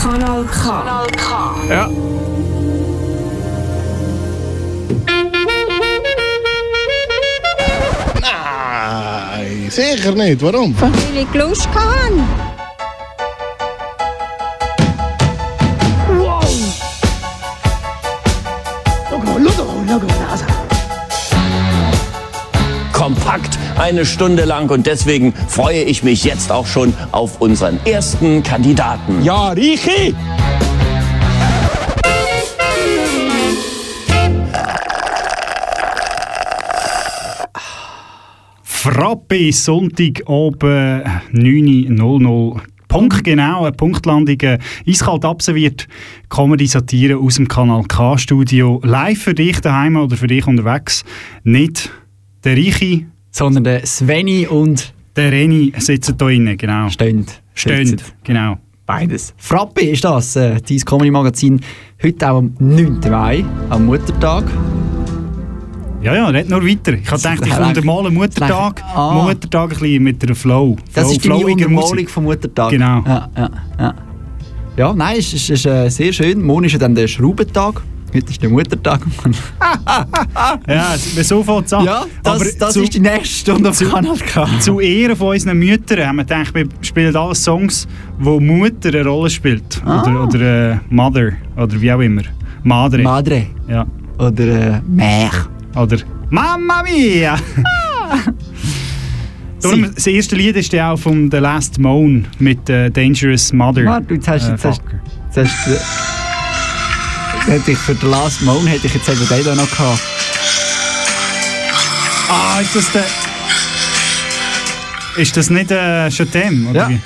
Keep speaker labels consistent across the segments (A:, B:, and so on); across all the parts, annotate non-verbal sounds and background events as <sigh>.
A: Kanal K.
B: Ja.
C: Nee, zeker niet. Waarom?
D: weil ich Lust hatte.
E: kompakt eine Stunde lang und deswegen freue ich mich jetzt auch schon auf unseren ersten Kandidaten.
B: Ja, Richi! Frappe eh, Sonntag oben 9.00. Punktgenau, eine Punktlandung, äh, eiskalt abserviert. Comedy-Satire aus dem Kanal K-Studio. Live für dich daheim oder für dich unterwegs. Nicht der Reiche,
F: Sondern der Sveni und
B: der Reni sitzen da drinnen, genau.
F: Stönd.
B: Stöhnt, genau.
F: Beides. Frappe ist das, äh, dein Comedy-Magazin. Heute auch am 9. Mai, am Muttertag.
B: Ja, ja, red nur weiter. Ich habe gedacht, ich
F: Leck.
B: untermale Muttertag.
F: Leck. Ah.
B: Muttertag ein bisschen mit der Flow.
F: Das
B: Flow
F: ist die
B: flowiger
F: Untermalung
B: Musik.
F: vom Muttertag.
B: Genau.
F: Ja, ja, ja. ja nein, es ist, ist äh, sehr schön. Morgen ist ja dann der Schraubentag. Heute ist der Muttertag.
B: Ja, es- so fängt es an.
F: ja, das, das
B: Ah, zu,
F: ist die nächste Stunde auf Kanal K.
B: zu Ehren von unseren Müttern haben wir gedacht, wir spielen alle Songs, wo Mutter eine Rolle spielt.
F: Ah.
B: Oder, oder äh, Mother, oder wie auch immer. Madre.
F: Madre.
B: ja.
F: Oder äh, Mär.
B: Oder
F: <laughs>
B: Mamma Mia! Darum, das erste Lied ist ja auch von The Last Moan mit äh, Dangerous Mother.
F: Warte, jetzt hast du...
B: Äh,
F: jetzt hast,
B: Fucker.
F: jetzt hast, du- jetzt hätte ich für den Last Moan hätte ich jetzt eben den da noch gehabt.
B: Ah, ist das der. Ist das nicht äh, schon dem? Oder
F: Ja.
B: wie?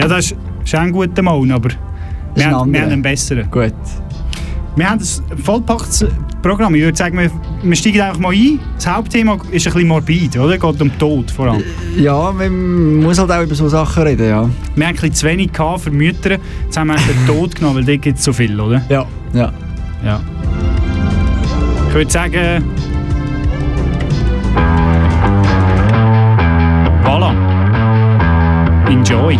B: ja, das ist schon ein guter Maun, aber wir
F: ein
B: haben, wir
F: anderer.
B: haben einen besseren.
F: Gut.
B: Wir haben ein vollpacktes Programm. Ich würde sagen, wir, wir steigen einfach mal ein. Das Hauptthema ist ein bisschen morbid, oder? Geht um Tod vor allem.
F: Ja, man muss halt auch über so Sachen reden, ja.
B: Wir haben ein bisschen zu wenig gehabt für Mütter. Jetzt haben wir einfach den Tod genommen, weil dort gibt es so viel, oder?
F: Ja. Ja.
B: Ja. Ich würde sagen. Voilà. Enjoy.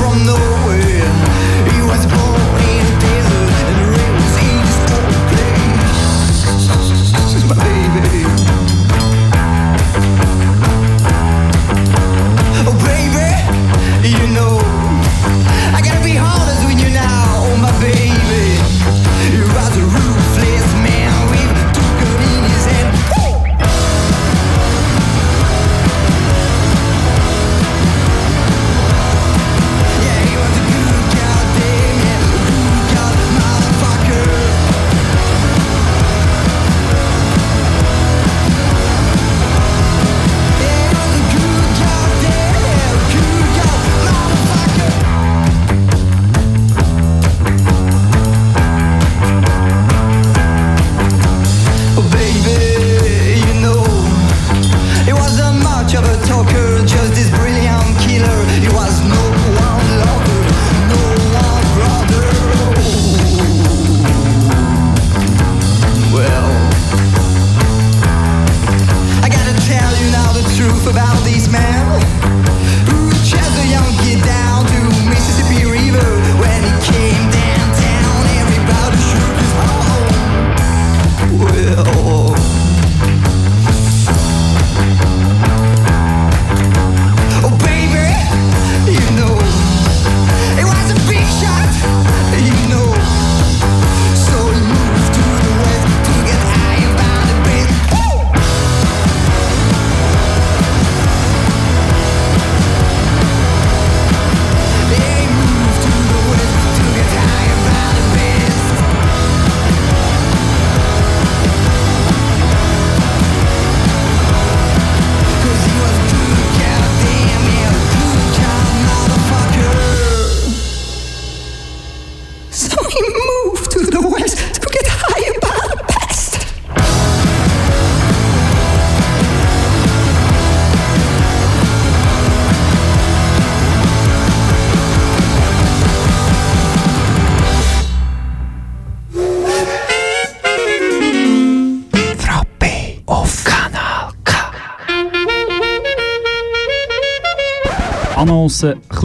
G: From nowhere, he was born in a desert and raised in this old place. She's my baby. Oh, baby, you know I gotta be honest with you now, oh, my baby. You are the ruthless man with two guns in his hand. Yeah, he was a good goddamn, yeah, good god motherfucker. Just this brilliant killer, he was no one lover, no one brother. Oh. Well. I gotta tell you now the truth about this man who chased a young kid down to Mississippi River. When he came downtown, everybody shook his heart. Well. oh,
B: Annonce,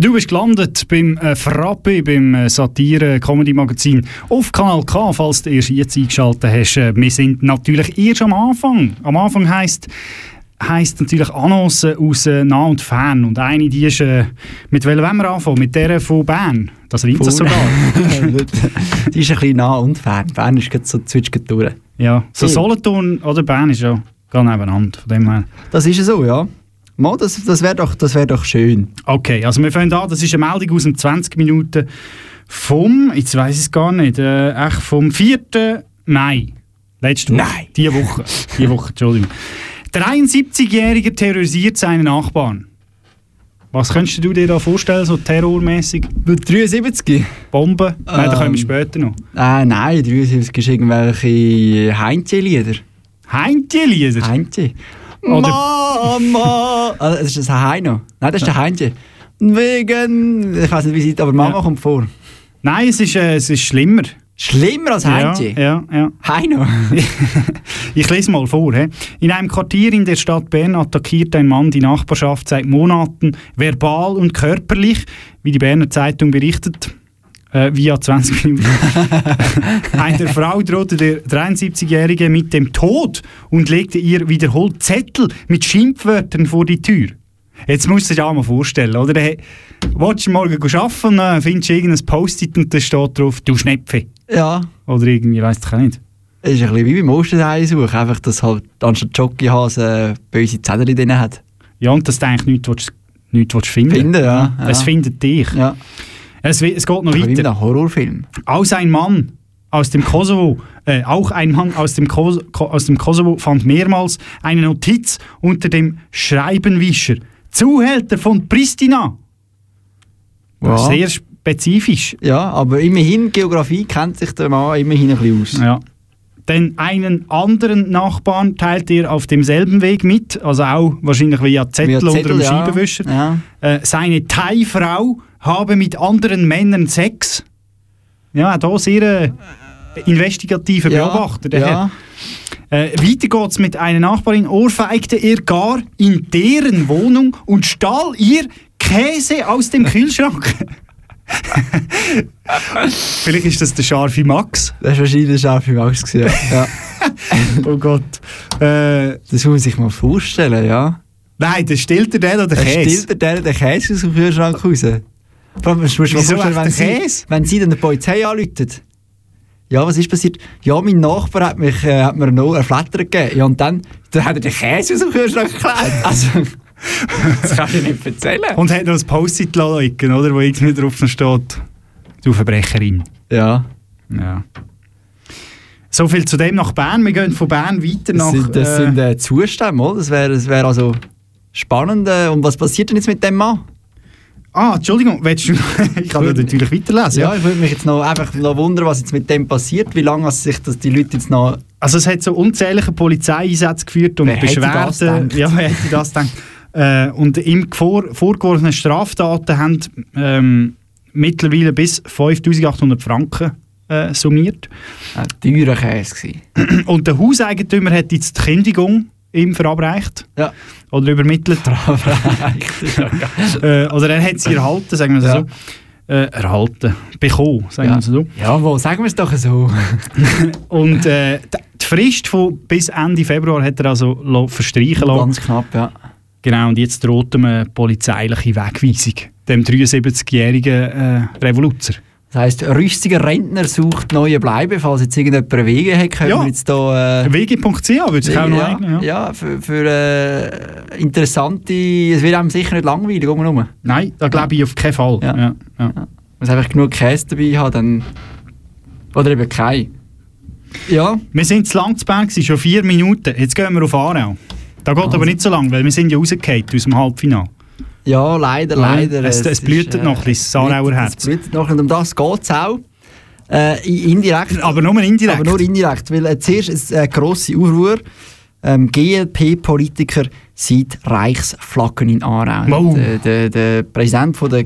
B: Du bist gelandet beim äh, Frappe, beim äh, Satire-Comedy-Magazin auf Kanal K, falls du erst jetzt eingeschaltet hast. Äh, wir sind natürlich erst am Anfang. Am Anfang heisst heisst natürlich Annoncen aus äh, nah und fern. Und eine, die ist, äh, mit welcher wollen wir anfangen? Mit der von Bern. Das reimt es
F: Von-
B: sogar.
F: <laughs> Die ist ein bisschen nah und fern. Fern ist gerade so zwitschgen durch.
B: ja, so
F: Hey.
B: Solothurn oder Bern ist ja ganz nebeneinander. Von dem her.
F: Das ist ja so, ja. Mal, das das wäre doch, das wär doch schön.
B: Okay, also wir fangen an. Das ist eine Meldung aus den 20 Minuten vom, jetzt weiß ich es gar nicht, äh, echt vom 4. Mai. Letzte Woche.
F: Nein.
B: Die Woche. Die Woche, Entschuldigung. Der 71-Jährige terrorisiert seinen Nachbarn. Was könntest du dir da vorstellen, so terrormäßig?
F: 73?
B: Bomben? Nein, da kommen
F: Ähm.
B: wir später noch.
F: Äh, nein, 73 ist irgendwelche Heintje-Lieder.
B: Heintje-Lieder?
F: Heintje. <laughs>
B: Oder-
F: Mama! ah, das ist ein Heino. Nein, das ist der Heintje. Wegen. Ich weiß nicht, wie sie aber Mama
B: Ja.
F: kommt vor.
B: Nein, es ist, äh, es ist schlimmer.
F: Schlimmer als Heintje.
B: Ja, ja, ja. <laughs>
F: Heino.
B: Ich lese mal vor. He. In einem Quartier in der Stadt Bern attackiert ein Mann die Nachbarschaft seit Monaten verbal und körperlich, wie die Berner Zeitung berichtet. Äh, via 20 Minuten. Einer Frau drohte der 73-Jährige mit dem Tod und legte ihr wiederholt Zettel mit Schimpfwörtern vor die Tür. Jetzt musst du dir das mal vorstellen, oder? Hey, willst du morgen arbeiten und äh, findest du irgendein Post-it und da steht drauf, du Schnepfe.
F: ja.
B: Oder irgendwie, weiss ich auch nicht.
F: Es ist ein bisschen wie beim Osterei suchen. Einfach, dass halt anstatt Jockeyhase böse Zettel drin hat.
B: Ja, und dass du eigentlich nichts, willst, nichts willst finden
F: Finden, ja, ja.
B: Es findet dich.
F: Ja.
B: Es, we- es geht noch
F: Wie in
B: weiter.
F: einem Horrorfilm.
B: Aus ein Mann aus dem Kosovo, äh, auch ein Mann aus dem, Kos Ko aus dem Kosovo fand mehrmals eine Notiz unter dem Schreibenwischer. Zuhälter von Pristina. Das ist
F: Ja.
B: Sehr spezifisch.
F: ja, aber immerhin, Geografie kennt sich der Mann immerhin ein bisschen aus.
B: Ja. Denn einen anderen Nachbarn teilt er auf demselben Weg mit, also auch wahrscheinlich via Zettel,
F: Via
B: unter dem
F: ja.
B: Scheibenwischer.
F: Ja.
B: äh, seine Thai-Frau habe mit anderen Männern Sex. Ja, da sehr äh, investigativer
F: Ja,
B: Beobachter. Der
F: ja.
B: Herr. Äh, weiter geht's mit einer Nachbarin. Ohrfeigte er gar in deren Wohnung und stahl ihr Käse aus dem Kühlschrank. <laughs> Vielleicht ist das der scharfe Max.
F: Das war wahrscheinlich ein scharfer Maus. gewesen, Ja. ja.
B: Oh Gott. Äh,
F: Das muss man sich mal vorstellen, ja.
B: nein, dann stillt er den oder
F: Dann
B: Käse.
F: stillt er der den Käse aus dem Kühlschrank raus. Vor allem, das musst du dir mal
B: Wieso
F: vorstellen,
B: echt
F: wenn
B: der
F: sie,
B: Käse?
F: wenn sie dann der Polizei anläutet. Ja, was ist passiert? Ja, mein Nachbar hat, mich, äh, hat mir noch eine Flatter gegeben. Ja, und dann, dann hat er den Käse aus dem Kühlschrank
B: <laughs>
F: geklaut. Also, das kann ich nicht erzählen.
B: Und hat noch ein Post-it liken, oder? Wo irgendwie drauf steht, du Verbrecherin.
F: Ja,
B: Ja. So viel zu dem nach Bern. Wir gehen von Bern weiter
F: das
B: nach.
F: sind, das
B: äh,
F: sind äh, Zustände, oder? Das wäre das wär also spannend. äh, Und was passiert denn jetzt mit dem Mann?
B: ah, Entschuldigung, willst du, <laughs> ich kann das natürlich weiterlesen.
F: Also, Ja,
B: Ja.
F: ich würde mich jetzt noch einfach noch wundern, was jetzt mit dem passiert, wie lange es sich das die Leute jetzt noch
B: Also, es hat so unzählige Polizeieinsätze geführt und
F: Wer hätte das
B: Beschwerden.
F: gedacht?
B: Ja, wer hätte das gedacht? Äh, und im vor, vorgeworfenen Straftaten haben ähm, mittlerweile bis 5800 Franken äh, summiert.
F: ein teurer äh, Käse gewesen.
B: Und der Hauseigentümer hat jetzt die Kündigung ihm verabreicht
F: <laughs>
B: <laughs>
F: Ja. <laughs>
B: oder übermittelt. äh, oder er hat sie erhalten, sagen wir es
F: Ja.
B: so. Äh, erhalten, bekommen, sagen wir
F: ja.
B: es so.
F: Jawohl, sagen wir es doch
B: <laughs>
F: so.
B: Und äh, d- die Frist von bis Ende Februar hat er also lo- verstreichen lassen.
F: Ganz knapp, ja.
B: Genau, und jetzt droht ihm eine polizeiliche Wegweisung, dem 73-jährigen äh, Revoluzer.
F: Das heisst, ein rüstiger Rentner sucht neue Bleibe, falls jetzt irgendjemand Wege hat, können
B: Ja.
F: wir jetzt da... Äh,
B: WG.ch würde sich auch noch
F: ja,
B: eignen.
F: ja. für, für äh, interessante... Es wird einem sicher nicht langweilig, um und um. Man
B: Nein, da glaube ich auf keinen Fall.
F: Ja.
B: Ja, ja.
F: muss einfach genug Käse dabei haben, dann... Oder eben kein. Ja,
B: Wir sind zu lang zu Bern, gewesen, schon vier Minuten. Jetzt gehen wir auf Aarau. Da geht
F: Also.
B: aber nicht so lang, weil wir sind ja rausgefallen aus dem Halbfinale.
F: ja leider,
B: Nein,
F: leider.
B: es- es
F: ist, äh,
B: blühtet noch ein bisschen, das Aarauer
F: blüht-
B: Herz.
F: Es blühtet noch und um das geht es auch. Äh, indirekt.
B: Aber nur indirekt.
F: Aber nur indirekt, weil äh, zuerst ist eine grosse Aufruhr. Ähm, GLP-Politiker sieht Reichsflaggen in Aarau.
B: Wow.
F: Der, äh, der, der Präsident von der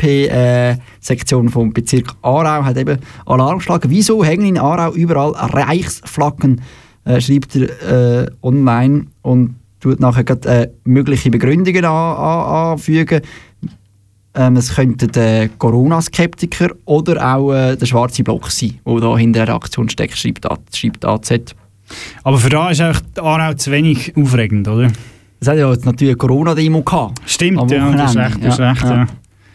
F: GLP-Sektion äh, vom Bezirk Aarau hat eben Alarm geschlagen. Wieso hängen in Aarau überall Reichsflaggen, äh, schreibt er äh, online und tut nachher gerade äh, mögliche Begründungen an, an, anfügen. Ähm, es könnten der Corona-Skeptiker oder auch äh, der schwarze Block sein, der da hinter der Aktion steckt, schreibt, A- schreibt AZ.
B: Aber für da ist eigentlich die Aarau zu wenig aufregend, oder?
F: Es hat ja jetzt natürlich eine Corona-Demo gehabt. am
B: Stimmt, ja, du hast
F: Wochenende.
B: recht, du hast recht, ja.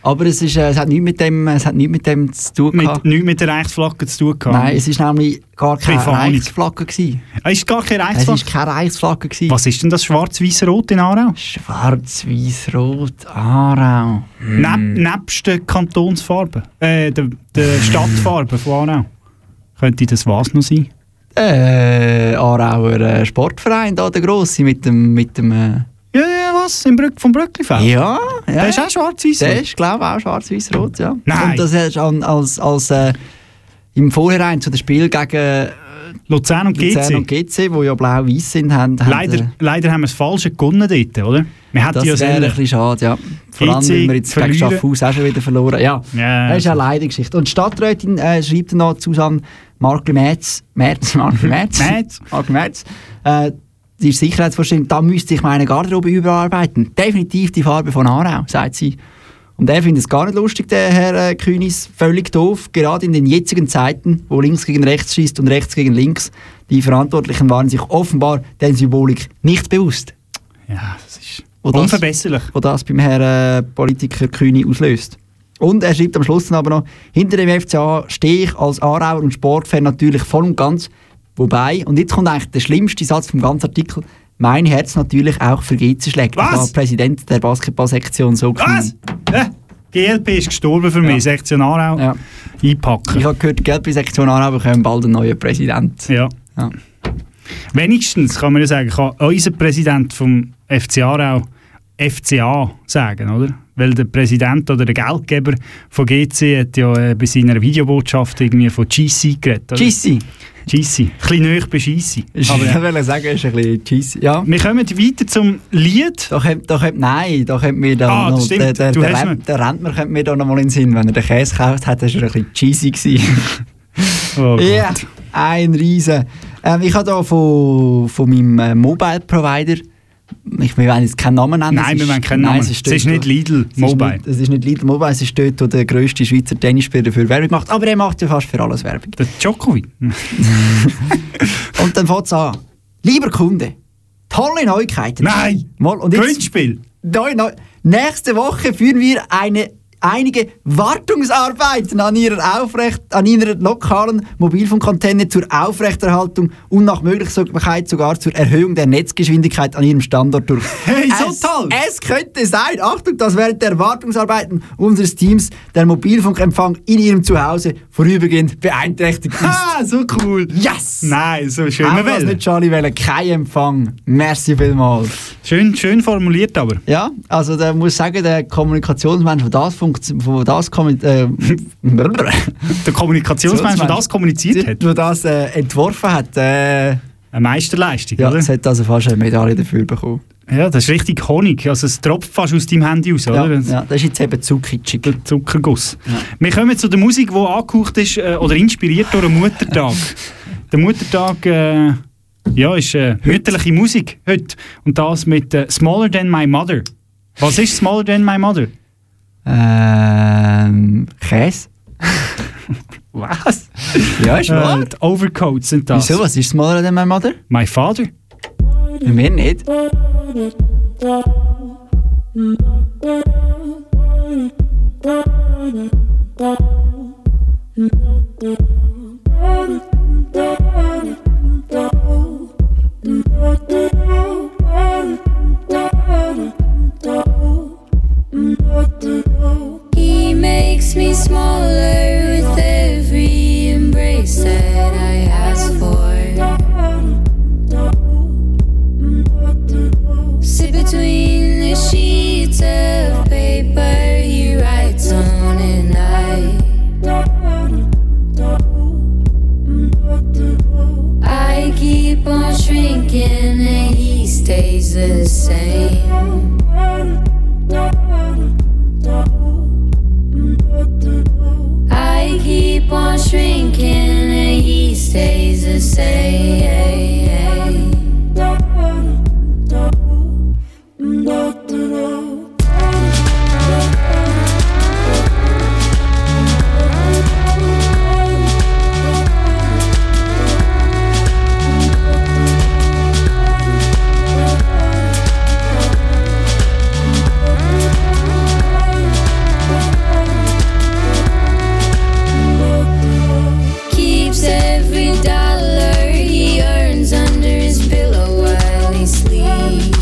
F: Aber es, ist, äh, es, hat nichts mit dem, es hat nichts mit dem zu tun
B: Mit,
F: gehabt.
B: nichts mit der Reichsflagge zu tun gehabt.
F: Nein, es ist nämlich gar keine
B: Keine Ahnung.
F: Reichsflagge. Gewesen.
B: Es ist gar keine
F: Es ist
B: Reichsflagge.
F: keine Reichsflagge. Gewesen.
B: Was ist denn das schwarz-weiß-rot in Aarau?
F: Schwarz, weiß, rot, Aarau.
B: Neb, nebst der Kantonsfarbe, äh, der, der Stadtfarbe von Aarau. Könnte das was noch sein?
F: Äh, Aarauer äh, Sportverein, da der grosse mit dem... Mit dem äh,
B: Ja, ja, was? Im Brück, vom Brücklifeld?
F: ja, ja.
B: Der ist auch schwarz-weiß.
F: Der ist, glaube ich, auch schwarz-weiß-rot, ja.
B: Nein.
F: Und das ist an, als, als äh, im Vorhinein zu dem Spiel gegen äh,
B: Luzern und
F: Luzern
B: GC.
F: und GC, wo ja blau-weiß sind, haben, haben äh,
B: leider, leider haben wir es falsch gewonnen dort, oder? Wir hätten
F: das
B: ja
F: wäre ein
B: selber.
F: bisschen schade, ja. Vor allem,
B: GC
F: weil wir jetzt gegen
B: verlieren.
F: Schaffhaus auch schon wieder verloren. Ja,
B: Ja,
F: das ist ja
B: also.
F: leider Geschichte. Und die Stadträtin äh, schreibt noch Susanne Markli Merz, <laughs> Merz, Markli Merz,
B: Merz.
F: Markli Merz, äh, die ist Sicherheitsvorstellung, da müsste ich meine Garderobe überarbeiten. Definitiv die Farbe von Aarau, sagt sie. Und er findet es gar nicht lustig, der Herr äh, Kühnis. Völlig doof, gerade in den jetzigen Zeiten, wo links gegen rechts schießt und rechts gegen links. Die Verantwortlichen waren sich offenbar der Symbolik nicht bewusst
B: Ja, das ist
F: Wo das-
B: unverbesserlich.
F: wo das beim Herrn äh, Politiker Kühne auslöst. Und er schreibt am Schluss dann aber noch, hinter dem FCA stehe ich als Aarauer und Sportfan natürlich voll und ganz. Wobei, und jetzt kommt eigentlich der schlimmste Satz vom ganzen Artikel, mein Herz natürlich auch für GC schlägt.
B: Was?
F: Das war Präsident der Basketballsektion so
B: Was?
F: Kühne.
B: Äh, GLP ist gestorben für mich, Sektion Aarau.
F: Hm. Ja.
B: Einpacken.
F: Ich habe gehört, die Gelbwesektion Aarau bekommen bald einen neuen Präsident.
B: Ja.
F: Ja.
B: Wenigstens kann man ja sagen, kann unser Präsident vom FC Aarau FCA sagen, oder? Weil der Präsident oder der Geldgeber von GC hat ja äh, bei seiner Videobotschaft irgendwie von GC geredet. oder?
F: Cheesy.
B: GC. Ein bisschen näher bei GC.
F: <laughs> Ich
B: Aber, äh,
F: wollte sagen, ist ein bisschen cheesy. Ja.
B: wir kommen weiter zum Lied.
F: Da könnte, da könnte, nein, da könnte mir da
B: Ah, das
F: noch,
B: stimmt.
F: der, der,
B: Du
F: der,
B: hast
F: Rent-
B: noch-
F: der Rentner könnte mir da noch mal in den Sinn, wenn er den Käse gekauft hat, ist er ein bisschen cheesy gewesen.
B: Oh Gott.
F: Ja, ein Riesen. Ähm, ich habe da von, von meinem äh, Mobile Provider, ich wir wollen jetzt keinen Namen nennen.
B: Nein,
F: es
B: wir
F: ist-
B: wollen keinen
F: nein,
B: Namen.
F: es ist,
B: Es ist
F: dort,
B: nicht
F: wo-
B: Lidl
F: es ist
B: Mobile.
F: nicht- Es ist nicht Lidl Mobile, es ist dort, wo der grösste Schweizer Tennisspieler für Werbung macht, aber er macht ja fast für alles Werbung.
B: Der Djokovic.
F: Und dann fängt es an. Lieber Kunde, tolle Neuigkeiten.
B: Nein!
F: Mal, und jetzt,
B: Gewinnspiel!
F: Neu, neu. Nächste Woche führen wir eine, einige Wartungsarbeiten an ihrer, Aufrecht, an ihrer lokalen Mobilfunkantenne zur Aufrechterhaltung und nach Möglichkeit sogar zur Erhöhung der Netzgeschwindigkeit an ihrem Standort durch.
B: <laughs> Hey, so
F: es,
B: toll!
F: Es könnte sein, Achtung, dass während der Wartungsarbeiten unseres Teams der Mobilfunkempfang in ihrem Zuhause vorübergehend beeinträchtigt ist.
B: Ah, so cool!
F: Yes!
B: Nein, so schön.
F: Auch
B: Man
F: das
B: will.
F: nicht Charlie Welle, kein Empfang. Merci vielmals.
B: Schön, schön formuliert aber.
F: Ja, also da muss ich sagen, der Kommunikationsmensch, der das, funktio- wo das, kommi-
B: <laughs>
F: äh,
B: Der Kommunikationsmensch, der das kommuniziert hat,
F: wo das äh, entworfen hat, äh,
B: eine Meisterleistung,
F: ja,
B: oder?
F: es hat also fast eine Medaille dafür bekommen.
B: Ja, das ist richtig Honig. Also es tropft fast aus deinem Handy aus,
F: Ja,
B: oder? Das-
F: ja, das ist jetzt eben zu kitschig.
B: Der Zuckerguss. Wir kommen zu der Musik, die angehaucht ist äh, oder inspiriert durch den Muttertag. <laughs> der Muttertag äh, ja, ist äh, mütterliche Musik heute. Und das mit äh, Smaller Than My Mother. Was ist Smaller Than My Mother?
F: Ähm, Käse?
B: <laughs> Was?
F: Ja, ist wahr.
B: Äh, die Overcoats sind das.
F: Wieso, was ist das Maler denn, meine Mutter?
B: My Father.
F: Mir nicht.
H: He makes me smaller with every embrace that I ask for. Sit between the sheets of paper he writes on, and I shrinking and he stays the same. Keeps every dollar he earns under his pillow while he sleeps.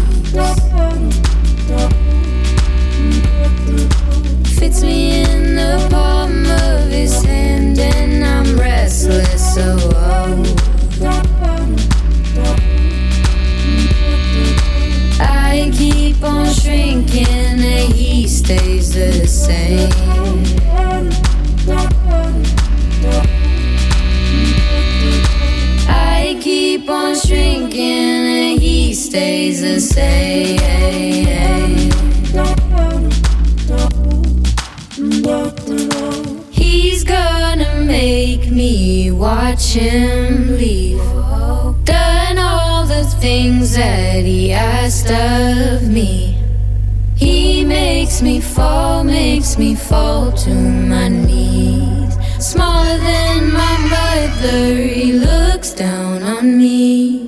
H: Fits me in the palm of his hand, and I'm restless, so oh. I keep on shrinking, and he stays the same. I keep on shrinking and he stays the same. He's gonna make me watch him leave. Done all the things that he asked of me. He makes me fall, makes me fall to my knees. Smaller than my mother, he looks down on me.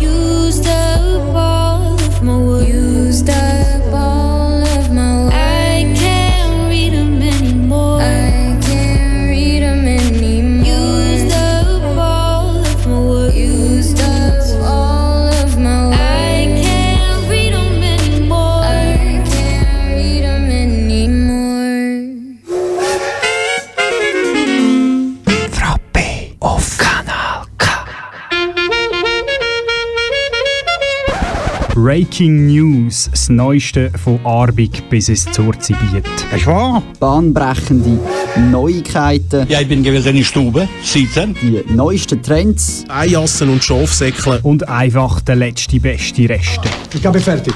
H: Used up all of my words. Used up all of my words. I can't read 'em anymore. I can't read 'em anymore. Used up all of my words. Used up all of my words. I can't read 'em anymore. I can't read 'em anymore.
E: Frappe auf Kanal K.
B: Breaking News, das Neueste von Arbig bis es zur Zibiet.
C: Ist wahr?
F: Bahnbrechende Neuigkeiten,
I: Ja, ich bin gewillt in die Stube, sitzen.
F: die neuesten Trends.
J: Eijassen und Schafsäckle.
B: Und einfach der letzte beste Reste.
J: Ich glaube, fertig.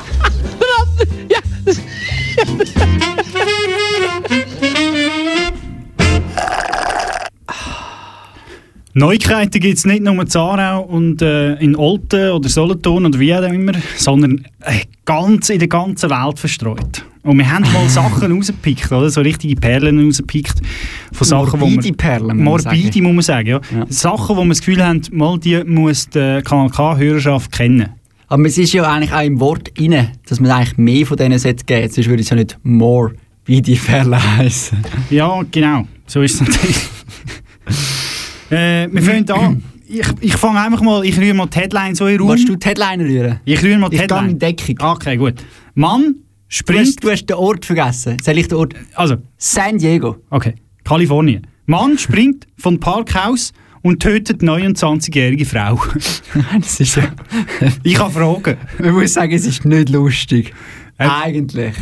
B: Neuigkeiten gibt es nicht nur in Aarau und äh, in Olten oder Solothurn oder wie auch immer, sondern äh, ganz in der ganzen Welt verstreut. Und wir haben
F: <laughs>
B: mal Sachen rausgepickt, oder? so richtige Perlen rausgepickt. Von Sachen, wo
F: Morbide
B: man-
F: Perlen, muss man
B: Morbide,
F: sagen.
B: muss man sagen. Ja.
F: Ja.
B: Sachen, wo man das Gefühl haben, mal die muss die Kanal K-Hörerschaft kennen.
F: Aber es ist ja eigentlich auch im Wort inne, dass man eigentlich mehr von denen sollte geben sollte. Sonst würde es ja nicht «more» wie <laughs> die Perle heißen.
B: Ja, genau. So ist es natürlich.
F: <laughs>
B: äh, wir fangen an. Ich, ich fange einfach mal, ich rühre mal die Headline so in den Raum.
F: Willst du die Headline rühren?
B: Ich rühre mal die
F: Ich gehe in
B: Headline.
F: die Deckung.
B: Okay, gut. Mann
F: Du hast,
B: springt.
F: du hast den Ort vergessen. Soll ich den Ort?
B: Also,
F: San Diego.
B: okay. Kalifornien. Mann springt von Parkhaus und tötet 29-jährige Frau.
F: <laughs> das ist ja...
B: Ich habe Fragen.
F: Man muss sagen, es ist nicht lustig.
B: Äh,
F: Eigentlich.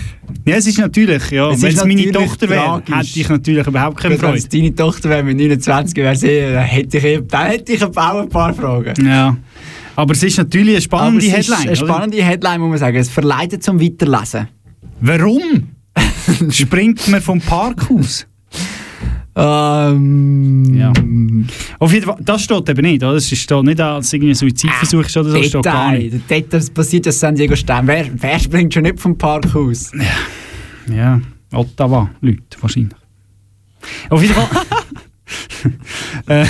B: Ja, es ist natürlich, ja.
F: Es
B: Wenn
F: ist
B: es meine
F: natürlich
B: Tochter wäre,
F: tragisch.
B: hätte ich natürlich überhaupt keine
F: Wenn
B: Freude.
F: es deine Tochter wäre mit 29 wäre, sie, dann hätte ich, eben- dann hätte ich auch ein paar Fragen.
B: Ja. Aber es ist natürlich eine spannende
F: Aber es
B: Headline.
F: Ist eine
B: oder?
F: spannende Headline, muss man sagen. Es verleitet zum Weiterlesen.
B: Warum
F: <laughs>
B: springt man vom Parkhaus?
F: Ähm,
B: Ja. Auf jeden Fall, das steht eben nicht, oder? Es steht nicht als irgendwie Suizidversuch ist oder so, steht gar
F: Detail.
B: nicht.
F: Der Detail das passiert in San Diego Stern. Wer, wer springt schon nicht vom Park aus?
B: Ja, Ottawa, Leute, wahrscheinlich. Auf jeden Fall. <laughs> äh,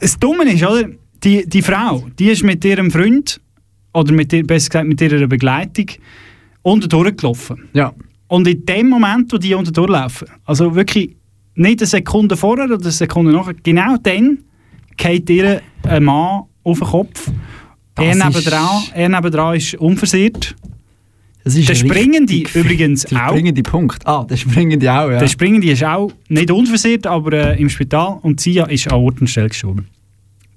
B: das Dumme ist, oder? Die, die Frau, die ist mit ihrem Freund, oder mit ihr, besser gesagt mit ihrer Begleitung, unten durchgelaufen.
F: Ja.
B: Und in dem Moment, wo die unten durchlaufen, also wirklich nicht eine Sekunde vorher oder eine Sekunde nachher, genau dann geht ihr ein Mann auf den Kopf.
F: Das
B: Er
F: ist-
B: nebendran, er nebendran ist unversehrt.
F: Das ist
B: Der
F: richtig
B: Springende
F: fix.
B: übrigens
F: Der
B: auch.
F: springende Punkt. Ah, der springende auch, ja.
B: Der Springende ist auch nicht unversehrt, aber äh, im Spital. Und Sia ist an Ort und Stelle gestorben.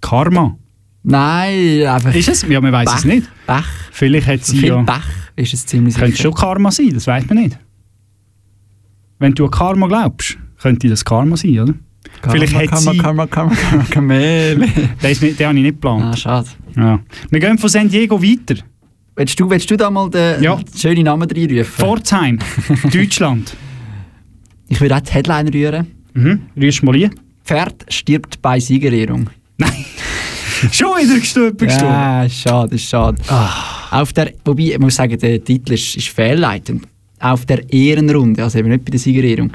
B: Karma.
F: Nein, einfach
B: Ist es? Ja, man weiß es nicht.
F: Pech.
B: Vielleicht hat sie
F: Viel
B: ja.
F: Pech. ist es ziemlich
B: Könnte
F: sicher.
B: schon Karma sein, das weiß man nicht. Wenn du an Karma glaubst, könnte das Karma sein, oder? Vielleicht hat
F: Karma,
B: sie-
F: Karma, Karma, Karma, Kamele.
B: Den, ist nicht, den habe ich nicht
F: <laughs> ah,
B: geplant.
F: schade.
B: Ja. Wir gehen von San Diego weiter.
F: Willst du, willst du da mal den
B: Ja.
F: schönen Namen reinrufen? <laughs>
B: Pforzheim, Deutschland.
F: Ich würde auch die Headline rühren.
B: Mhm. Rührst mal rein.
F: Pferd stirbt bei Siegerehrung.
B: Nein. Schon wieder gestorben. gestorben.
F: Ja, schade, schade. Auf der, wobei, ich muss sagen, der Titel ist, ist fehlleitend. Auf der Ehrenrunde, also eben nicht bei der Siegerehrung,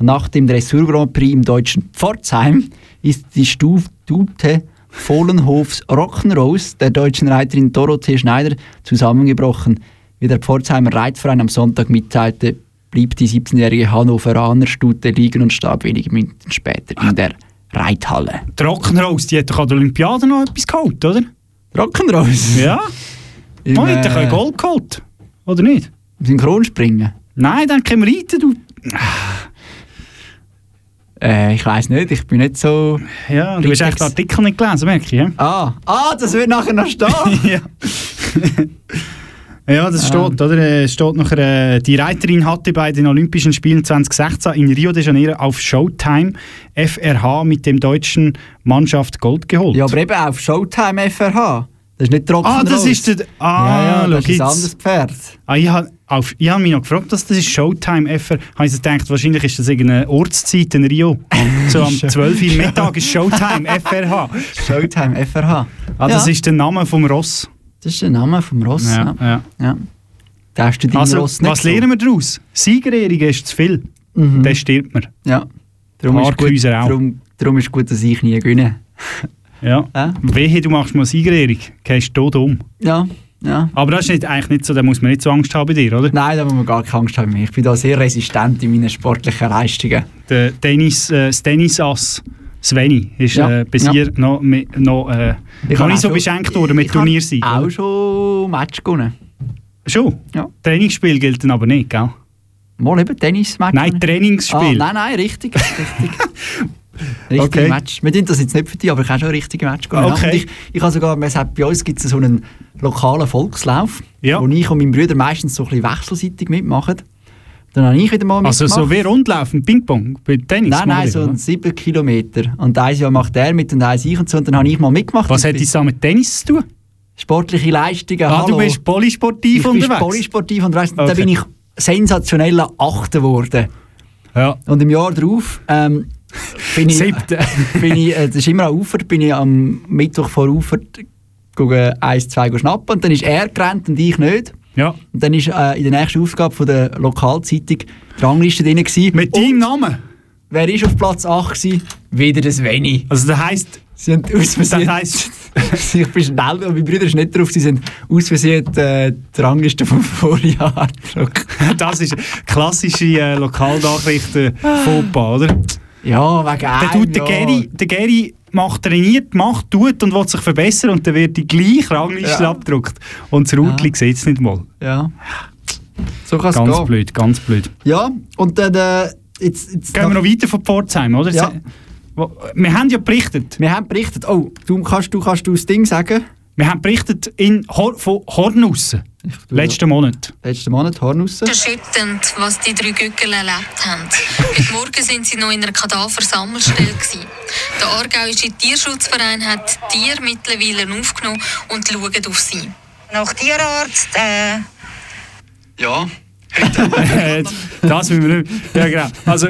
F: nach dem Dressur Grand Prix im deutschen Pforzheim ist die Stute Fohlenhofs Rock'n'Rose der deutschen Reiterin Dorothee Schneider zusammengebrochen. Wie der Pforzheimer Reitverein am Sonntag mitteilte, blieb die 17-jährige Hannoveraner Stute liegen und starb wenige Minuten später in der Reithalle.
B: Die Rock'n'Rolls, die hat doch an der Olympiade noch etwas geholt, oder?
F: Rock'n'Rose!
B: Ja.
F: Im,
B: Man hat
F: äh,
B: doch Gold geholt. Oder nicht?
F: Synchronspringen.
B: Nein, dann können wir reiten, du.
F: Äh, ich weiß nicht, ich bin nicht so.
B: Ja, du hast echt
F: Reitex.
B: den Artikel nicht gelesen, merke ich. Ja,
F: Ah, ah das wird nachher noch stehen.
B: <laughs> ja. ja das steht, oder? Äh, steht nachher, äh, die Reiterin hatte bei den Olympischen Spielen 2016 in Rio de Janeiro auf Showtime FRH mit dem deutschen Mannschaft Gold geholt.
F: ja, aber eben auf Showtime FRH. Das ist nicht Rock'n'Roll.
B: ah, das ist der. Ah,
F: ja, ja,
B: schau
F: das ist
B: jetzt.
F: ein anderes Pferd.
B: Ah, ich habe ich hab mich noch gefragt, dass das ist Showtime FR. Habe ich so gedacht, wahrscheinlich ist das irgendeine Ortszeit in Rio. So am 12 Uhr Mittag ist Showtime FRH.
F: Showtime FRH.
B: Ah, das
F: ja,
B: ist der Name vom Ross.
F: das ist der Name vom Ross. Ja. ja. Da hast du deinen
B: Also,
F: Ross nicht. Mhm.
B: was lernen wir daraus? Siegerehrung ist zu viel. Dann stirbt man.
F: wir? Ja. Darum ist, gut,
B: Parkhäuser auch.
F: darum, darum ist gut, dass ich nie gewinne.
B: Ja.
F: Ja.
B: Wehe, du machst mal Siegerehrung, gehst du tot um.
F: Ja, ja.
B: Aber das ist nicht, eigentlich nicht so, da muss man nicht so Angst haben bei dir, oder?
F: Nein, da muss man gar keine Angst haben. Ich bin da sehr resistent in meinen sportlichen Leistungen.
B: Der Dennis, äh, das Dennis-Ass Sveni ist
F: Ja.
B: äh, bis
F: Ja.
B: hier noch, mit- noch, äh, noch
F: habe
B: nicht so
F: auch schon-
B: beschenkt worden mit
F: ich habe
B: Turniersieg.
F: Auch
B: oder?
F: schon Match gewonnen.
B: Schon?
F: Ja.
B: Trainingsspiel gilt dann aber nicht, gell?
F: Mal eben Tennis-Match.
B: Nein,
F: gewonnen. Ah,
B: Trainingsspiel.
F: nein, nein, richtig.
B: <laughs>
F: richtig. Richtige
B: Okay.
F: Match. Wir tun das jetzt nicht für dich, aber ich habe schon richtige Match gewonnen.
B: Okay.
F: Und Ich, ich habe sogar, man sagt, bei uns gibt es so einen lokalen Volkslauf,
B: Ja.
F: wo ich und mein Bruder meistens so ein bisschen wechselseitig mitmachen. Dann habe ich wieder mal
B: also so
F: mitgemacht.
B: wie Rundlaufen, Ping-Pong, bei Tennis.
F: Nein,
B: mal
F: nein,
B: wieder,
F: so
B: ne? oder?
F: ein 7 Kilometer. Und eins Jahr macht er mit und eins ich und so. Und dann habe ich mal mitgemacht.
B: Was
F: Ich
B: hat
F: bin-
B: das da mit Tennis zu tun?
F: Sportliche Leistungen,
B: Ah,
F: hallo.
B: du bist polysportiv
F: ich bin
B: unterwegs.
F: polysportiv unterwegs. Und
B: Okay.
F: da bin ich sensationell Achter geworden.
B: ja.
F: Und im Jahr darauf ähm,
B: <laughs>
F: bin ich,
B: Siebte.
F: <laughs> bin ich äh, das ist immer an Ufer, bin ich am Mittwoch vor Ufer gucken, eins, zwei go schnappen und dann ist er gerannt und ich nicht.
B: ja.
F: Und dann ist äh, in der nächsten Ausgabe von der Lokalzeitung die Rangliste drin gewesen.
B: Mit
F: und
B: deinem Namen.
F: wer ist auf Platz 8 gewesen? Wieder das Sveni.
B: Also das heisst,
F: Sie haben aus
B: das
F: Versehen...
B: heisst,
F: <laughs>
B: <laughs>
F: ich bin schnell, und mein Bruder ist nicht drauf, sie sind aus Versehen äh, die Rangliste vom <laughs> Vorjahr gedruckt.
B: das ist klassische äh, Lokalnachrichten Fauxpas, oder?
F: Ja, wegen
B: Der
F: einem
B: tut der Gary, der Gary macht trainiert, macht, tut und will sich verbessern und dann wird die gleiche Rangliste
F: Ja.
B: abgedruckt. Und das Rutli sieht es nicht mal.
F: Ja. So kann es
B: Ganz
F: gehen.
B: blöd, ganz blöd.
F: Ja, und dann äh, jetzt, jetzt
B: Gehen wir noch weiter von Pforzheim, oder?
F: Ja.
B: Wo- Wir haben ja berichtet.
F: Wir haben berichtet, oh, du kannst, du kannst du das Ding sagen.
B: Wir haben berichtet in Hor von Hornussen.
F: tu-
B: Letzten Monat.
F: Letzten Monat Hornussen.
K: erschütternd, was die drei Gückel erlebt haben. Heute Morgen sind sie noch in einer Kadaversammelstelle. gewesen. Der Aargauische Tierschutzverein hat die Tiere mittlerweile aufgenommen und schauen auf sie.
D: Nach Tierarzt, äh,
F: Ja.
B: Äh, das müssen wir nicht. Ja, genau. Also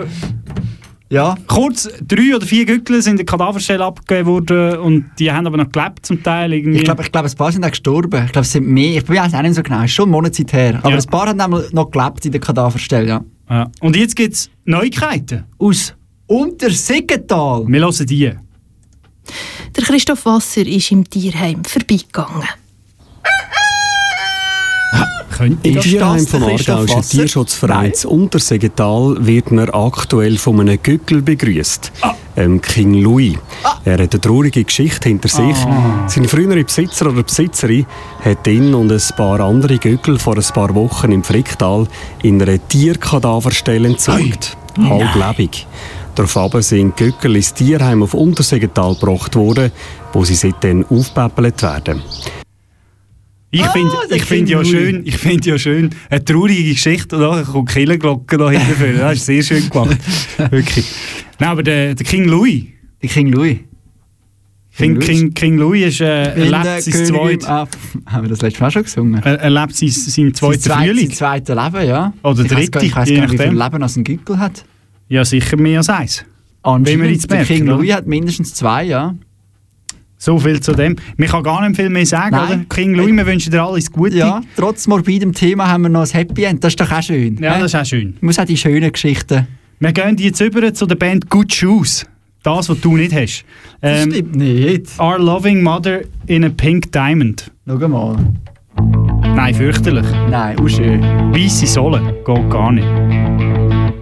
F: Ja,
B: kurz, drei oder vier Gückel sind in der Kadaverstelle abgegeben worden und die haben aber noch gelebt zum Teil. Irgendwie.
F: ich glaube, ich glaub, ein paar sind auch gestorben. Ich glaube, es sind mehr. Ich weiß auch nicht so genau, es ist schon einen Monat Zeit her. Aber
B: Ja.
F: ein paar haben einmal noch gelebt in der Kadaverstelle, ja.
B: ja. Und jetzt gibt es Neuigkeiten.
F: Aus Untersiggental.
B: Wir hören die.
K: Der Christoph Wasser ist im Tierheim vorbeigegangen.
B: Könnte
J: Im
F: Das ist
J: Tierheim
F: das, der
J: vom
F: Christoph
J: Aargauischen
F: Wasser?
J: Tierschutzverein
F: Nein.
J: Untersegetal wird man aktuell von einem Gückel begrüßt.
F: Ah.
J: Ähm, King Louis. Er hat eine traurige Geschichte hinter sich.
F: Ah.
J: Sein früherer Besitzer oder Besitzerin hat ihn und ein paar andere Gückel vor ein paar Wochen im Fricktal in einer Tierkadaverstelle entsorgt. Halblebig. Daraufhin sind die Gückel ins Tierheim auf Untersegetal gebracht worden, wo sie seitdem aufpäppelt werden.
B: Ich
F: Ah,
B: finde
F: der
B: ich find
F: King
B: ja
F: Louis.
B: schön, ich find ja schön, eine traurige Geschichte und nachher kommt die Killerglocke noch hinterher. Das ist sehr schön gemacht. Wirklich. Nein, aber der, der King Louis.
F: Der King Louis.
B: King,
F: Louis.
B: King, King Louis ist, äh,
F: Wenn der
B: lebt sein
F: König im
B: zweites
F: Ab- <laughs> Haben wir das letztes Mal schon gesungen?
B: er, er lebt sein, sein
F: Sein
B: zweites
F: zweit-
B: Äh, Frühling.
F: Sein zweites Leben, ja.
B: Oder
F: ich weiss gar-
B: dritte,
F: Ich weiß
B: je
F: gar nicht, wie viel
B: nachdem.
F: Leben als ein Gickel hat.
B: Ja, sicher mehr als eins. Wenn wir genau. jetzt
F: der
B: merken,
F: King
B: oder?
F: Louis hat mindestens zwei, ja.
B: So viel zu dem. Man kann gar nicht viel mehr sagen,
F: Nein.
B: oder? King Louis, wir wünschen dir alles Gute.
F: Ja, trotz morbidem Thema haben wir noch ein Happy End. Das ist doch auch schön.
B: Ja,
F: hä?
B: das ist auch schön.
F: muss auch die schönen Geschichten.
B: Wir gehen jetzt über zu der Band Good Shoes. Das, was du nicht hast.
F: Das
B: Ähm,
F: stimmt nicht.
B: Our Loving Mother in a Pink Diamond.
F: Schau mal.
B: Nein, fürchterlich.
F: Nein, auch schön.
B: Weisse Sohle geht gar nicht.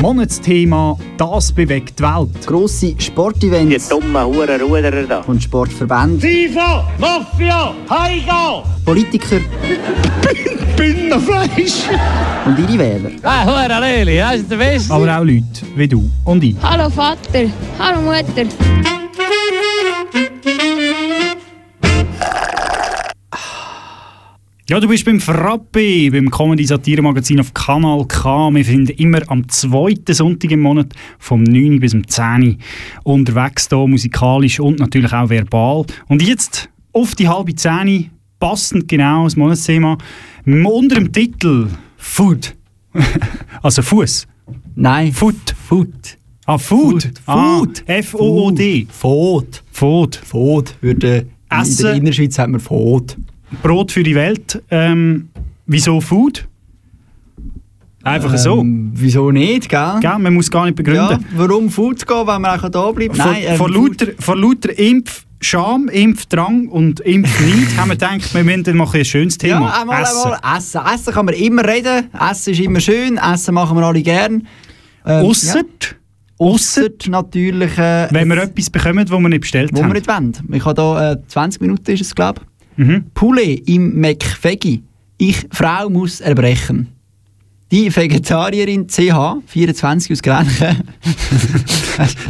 B: Monatsthema «Das bewegt die Welt».
L: Grosse Sportevents. Die dummen Hurenruderer da. Und Sportverbände.
G: FIFA, Mafia, Heiga!
L: <laughs> Politiker
G: Bühnenfleisch!
L: und ihre Wähler.
G: Ah, Hurenleli, das ist der Beste!
B: Aber auch Leute wie du und ich.
M: Hallo Vater, hallo Mutter.
B: Ja, du bist beim Frappe, beim Comedy-Satire-Magazin auf Kanal K. Wir sind immer am zweiten Sonntag im Monat vom 9 Uhr bis um 10 Uhr unterwegs hier, musikalisch und natürlich auch verbal. Und jetzt auf die halbe 10 Uhr, passend genau das Monatsthema, unter dem Titel «Food». <laughs> also Fuß.
F: Nein.
B: Food. Food. Ah, Food.
F: Food.
B: Ah,
F: Food.
B: F-O-O-D.
F: Food.
B: Food.
F: Food. Würde
B: Essen.
F: In der Innerschweiz hat man Food.
B: Brot für die Welt. Ähm, wieso Food? Einfach so.
F: Ähm, wieso nicht, gell?
B: Gell? Man muss gar nicht
F: Ja,
B: begründen.
F: warum Food gehen, wenn man auch da bleibt?
B: Vor,
F: Nein, ähm,
B: vor,
F: Food-
B: lauter, vor lauter Impf Scham, Impfdrang und Impfneid haben wir gedacht, wir müssen dann mal ein bisschen ein schönes Thema
F: Ja, einmal,
B: essen.
F: einmal essen. Essen kann man immer reden. Essen ist immer schön. Essen machen wir alle gern.
B: Ausser-
F: Ähm, Ausser natürlich. Äh,
B: Wenn wir etwas bekommen, das wir nicht bestellt
F: wo wir
B: haben.
F: nicht wollen. Ich habe da äh, 20 Minuten ist es, glaube ich.
B: Mhm.
F: Poulet im McVeggie. Ich, Frau, muss erbrechen. Die Vegetarierin CH, 24 aus Grenchen.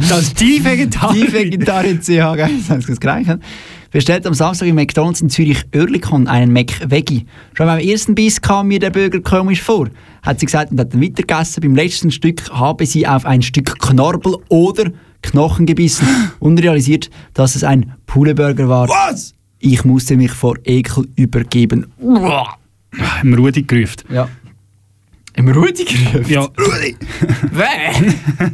B: das die Vegetarierin?
F: Die Vegetarierin CH, gell, 24 aus Grenchen. Bestellt am Samstag im McDonalds in Zürich Oerlikon einen McVeggie. Schon beim ersten Biss kam mir der Burger komisch vor. Hat sie gesagt und hat dann weitergegessen. Beim letzten Stück habe sie auf ein Stück Knorpel oder Knochen gebissen <laughs> und realisiert, dass es ein Puleburger war. Was? Ich musste mich vor Ekel übergeben. Uah.
B: Ah, Im Rudi gerufen.
F: Ja. Im Rudi gerufen?
B: Ja.
F: Rudi! <laughs> Wer?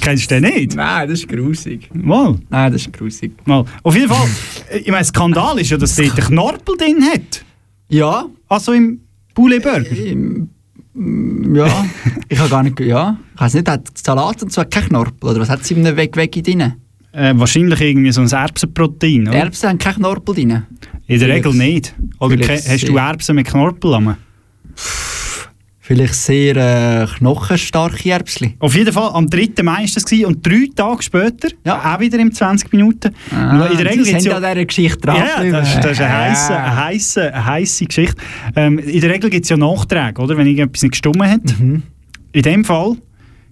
B: Kennst du den nicht?
F: Nein, das ist grusig.
B: Mal.
F: Nein, das ist grusig.
B: Mal. Auf jeden Fall, äh, ich meine, Skandal ist ja, dass der Knorpel drin hat.
F: Ja.
B: Also im Poulet Burger.
F: Ja, ich habe gar nicht. ge- Ja, ich weiß nicht, hat Salat und so hat keinen Knorpel oder was hat sie in einem Weg Weg drin?
B: Äh, wahrscheinlich irgendwie so ein Erbsenprotein, oder?
F: Erbsen haben keinen Knorpel drin.
B: In der Regel nicht. Oder ke-
F: Vielleicht
B: hast du
F: sehr-
B: Erbsen mit Knorpel? Am?
F: Vielleicht sehr äh, knochenstarke Erbsli.
B: Auf jeden Fall, am 3. Mai war das gewesen und drei Tage später, auch wieder in 20 Minuten.
F: Ah,
B: in der Regel
F: Sie
B: gibt's
F: sind
B: ja-
F: an dieser Geschichte dran
B: Ja, Ja, das, ist- das ist eine heisse,
F: Ja.
B: eine heisse, eine heisse Geschichte. Ähm, in der Regel gibt es ja Nachträge, oder? wenn irgendetwas nicht gestummen hat. In dem Fall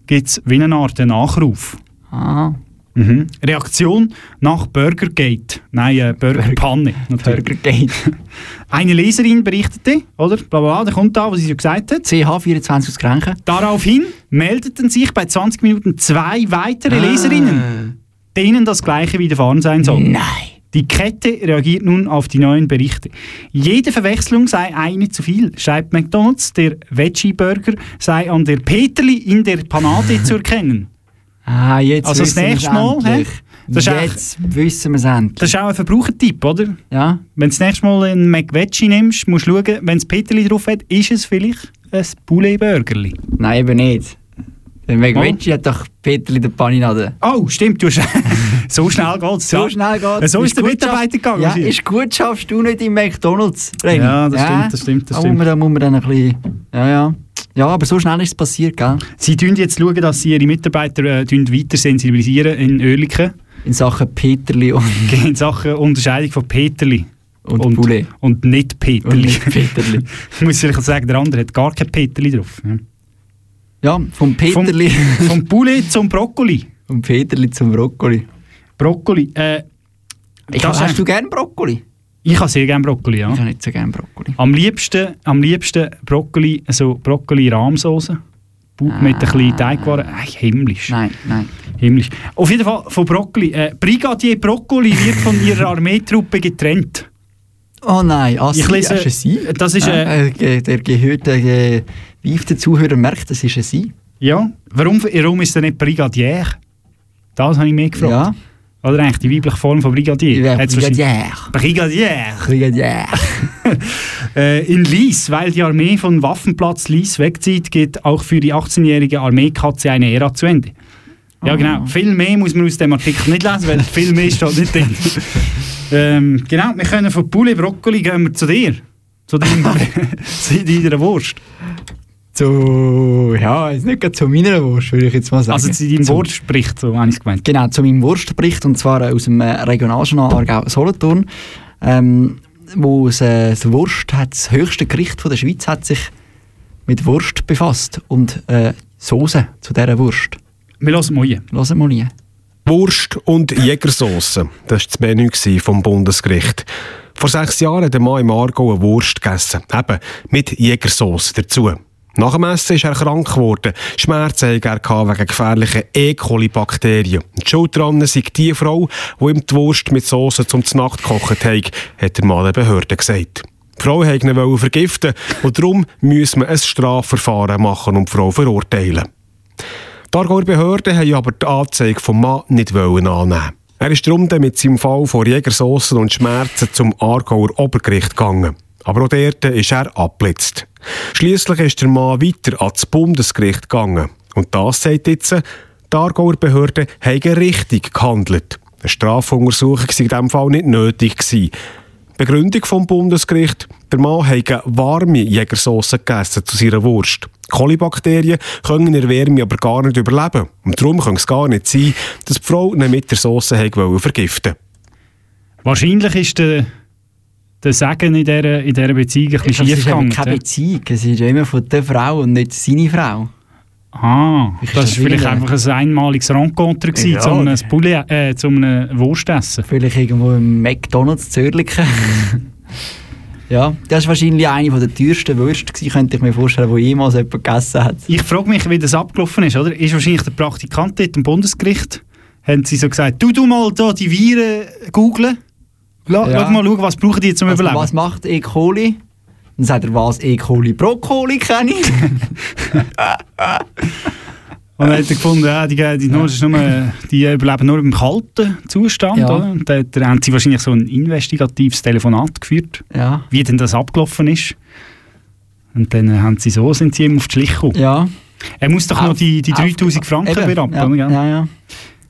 B: gibt es wie eine Art Nachruf.
F: Ah.
B: Mhm. Reaktion nach Burgergate. Nein, äh, Burgerpanne. natürlich.
F: Burgergate.
B: <laughs> Eine Leserin berichtete, oder? Bla, bla, bla, der kommt da, was sie ja gesagt hat.
F: CH24 aus Grenchen.
B: Daraufhin meldeten sich bei 20 Minuten zwei weitere Leserinnen, denen das Gleiche widerfahren sein soll. Nein! Die Kette reagiert nun auf die neuen Berichte. Jede Verwechslung sei eine zu viel, schreibt McDonalds. Der Veggie-Burger sei an der Peterli in der Panade zu erkennen.
F: Ah, jetzt
B: Also das
F: wissen
B: nächste
F: wir's
B: Mal, hä?
F: endlich.
B: Das ist
F: Jetzt wissen wir es endlich.
B: Das ist auch ein Verbrauchertipp, oder?
F: Ja.
B: Wenn du das nächste Mal einen McVeggie nimmst, musst du schauen, wenn es Peterli drauf hat, ist es vielleicht ein Poulet-Burgerli.
F: Nein, eben nicht. Der Weg
B: Mal.
F: Veggie hat doch Peterli den Paninade.
B: Oh, stimmt, du hast <laughs> so schnell geht's.
F: So
B: ja.
F: schnell geht's.
B: So ist der
F: gut,
B: Mitarbeiter
F: schaff-
B: gegangen.
F: Ja,
B: wahrscheinlich.
F: ist gut, schaffst du nicht im McDonalds. Reni.
B: Ja, das stimmt, das stimmt, das
F: da
B: stimmt.
F: Muss man, da muss man dann ein bisschen... Ja, ja. Ja, aber so schnell ist es passiert, gell?
B: Sie tun jetzt schauen, dass sie ihre Mitarbeiter äh, tun weiter sensibilisieren in <laughs> Oerlikon.
F: In Sachen Peterli und...
B: In Sachen Unterscheidung von Peterli.
F: Und, Poulet.
B: Und nicht Peterli.
F: Und nicht Peterli.
B: <laughs> Ich muss ehrlich sagen, der andere hat gar kein Peterli drauf. Ja.
F: Ja, vom
B: <laughs>
F: Peterli...
B: Vom, vom Poulet zum Brokkoli.
F: <laughs> Vom Peterli zum Brokkoli.
B: Brokkoli. Äh,
F: Ich,
B: das
F: hast
B: ist-
F: du gern Brokkoli?
B: ich habe sehr gerne Brokkoli, ja.
F: Ich habe nicht so gern Brokkoli.
B: Am liebsten, am liebsten Brokkoli, so Brokkoli-Rahmsoße. Mit ein bisschen Teigwaren. Ei, himmlisch.
F: Ah. Nein, nein.
B: Himmlisch. Auf jeden Fall von Brokkoli. Äh, Brigadier Brokkoli wird von
F: <laughs>
B: ihrer Armeetruppe getrennt.
F: Oh nein, Assi,
B: Ich lese-
F: ist ein Sie?
B: das ist, äh,
F: äh, ge- der gehörte, ge, gewiefte Zuhörer merkt, das ist ein Sie.
B: Ja. Warum, warum ist er nicht Brigadier? Das habe ich mich gefragt.
F: Ja.
B: Oder eigentlich die weibliche Form von Brigadier.
F: Ja,
B: Hat's
F: Brigadier.
B: wahrscheinlich- Brigadier.
F: Brigadier.
B: <laughs> Äh, in Lies, weil die Armee von Waffenplatz Lies wegzieht, geht auch für die 18-jährige Armeekatze eine Ära zu Ende. Ja, genau. Viel mehr muss man aus dem Artikel nicht lesen, weil viel mehr steht nicht <laughs> drin. ähm, genau, wir können von Poulet Brokkoli gehen wir zu dir. Zu, <laughs> deinem, zu deiner Wurst.
F: Zu, ja, jetzt nicht gerade zu meiner Wurst, würde ich jetzt mal sagen.
B: Also zu deinem
F: Zum-
B: Wurstbericht, so habe ich es gemeint.
F: Genau, zu meinem Wurstbericht, und zwar äh, aus dem äh, Regionaljournal Aargau Solothurn, ähm, wo es, äh, das Wurst hat, das höchste Gericht von der Schweiz hat sich mit Wurst befasst und äh, Soße zu dieser Wurst.
B: Wir hören mal rein.
F: Hören wir nie.
N: Wurst und Jägersauce, das war das Menü gewesen vom Bundesgericht. Vor sechs Jahren hat der Mann im Aargau eine Wurst gegessen, eben mit Jägersauce dazu. Nach dem Essen ist er krank geworden. Schmerzen hatte er gehabt wegen gefährlicher E. coli-Bakterien. Die Schuld daran sei die Frau, die ihm die Wurst mit Soße zum Znacht gekocht hat, hat der Mann den Behörden gesagt. Die Frau wollte ihn wollen vergiften und darum müsse man ein Strafverfahren machen und die Frau verurteilen. Die Aargauer Behörden haben aber die Anzeige vom Mann nicht wollen annehmen. Er ist darum dann mit seinem Fall vor Jägersossen und Schmerzen zum Aargauer Obergericht gegangen. Aber auch dort ist er abblitzt. Schließlich ist der Mann weiter ans Bundesgericht gegangen. Und das sagt jetzt, die Aargauer Behörden haben richtig gehandelt. Eine Strafuntersuchung sei in diesem Fall nicht nötig gewesen. Begründung vom Bundesgericht, der Mann habe warme Jägersauce gegessen zu seiner Wurst. Kolibakterien können in der Wärme aber gar nicht überleben. Und darum kann es gar nicht sein, dass die Frau ihn mit der Sauce habe wollen vergiften
B: Wahrscheinlich ist der, der Segen in dieser, in dieser Beziehung ein
F: Ich glaube, es
B: bisschen schief
F: ist eben
B: gegangen.
F: keine Beziehung. Es ist ja immer von der Frau und nicht seine Frau.
B: Ah,
F: Vielleicht
B: das
F: ist
B: ist
F: das
B: vielleicht
F: wieder-
B: einfach ein einmaliges Rencontre gewesen,
F: Ja.
B: zu einem, Bulli, äh, zu einem Wurstessen.
F: Vielleicht irgendwo im McDonalds
B: <laughs>
F: Zürliken. ja, das ist wahrscheinlich eine der teuersten Würste, gewesen, könnte ich mir vorstellen, die jemals jemand gegessen hat.
B: Ich frage mich, wie das abgelaufen ist, oder? Ist wahrscheinlich der Praktikant dort im Bundesgericht, haben sie so gesagt, du, du mal da die Viren googlen, La,
F: Ja.
B: schau mal, schau, was brauchen die zum
F: Also,
B: Überleben.
F: was macht E. coli? Dann sagt er, was E. coli Brokkoli kenne
B: <laughs>
F: ich.
B: Und dann hat er gefunden, ja, die, die, Nuss ist nur, äh, die überleben nur im kalten Zustand.
F: Ja.
B: Oder? Und dann haben sie wahrscheinlich so ein investigatives Telefonat geführt,
F: Ja.
B: wie denn das abgelaufen ist. Und dann äh, haben sie so, sind sie ihm auf die Schliche gekommen.
F: Ja.
B: Er muss doch noch die, die 3000 Franken
F: Ah. Eben,
B: berappen.
F: ja,
B: oder?
F: ja,
B: gell? Also-
F: ja.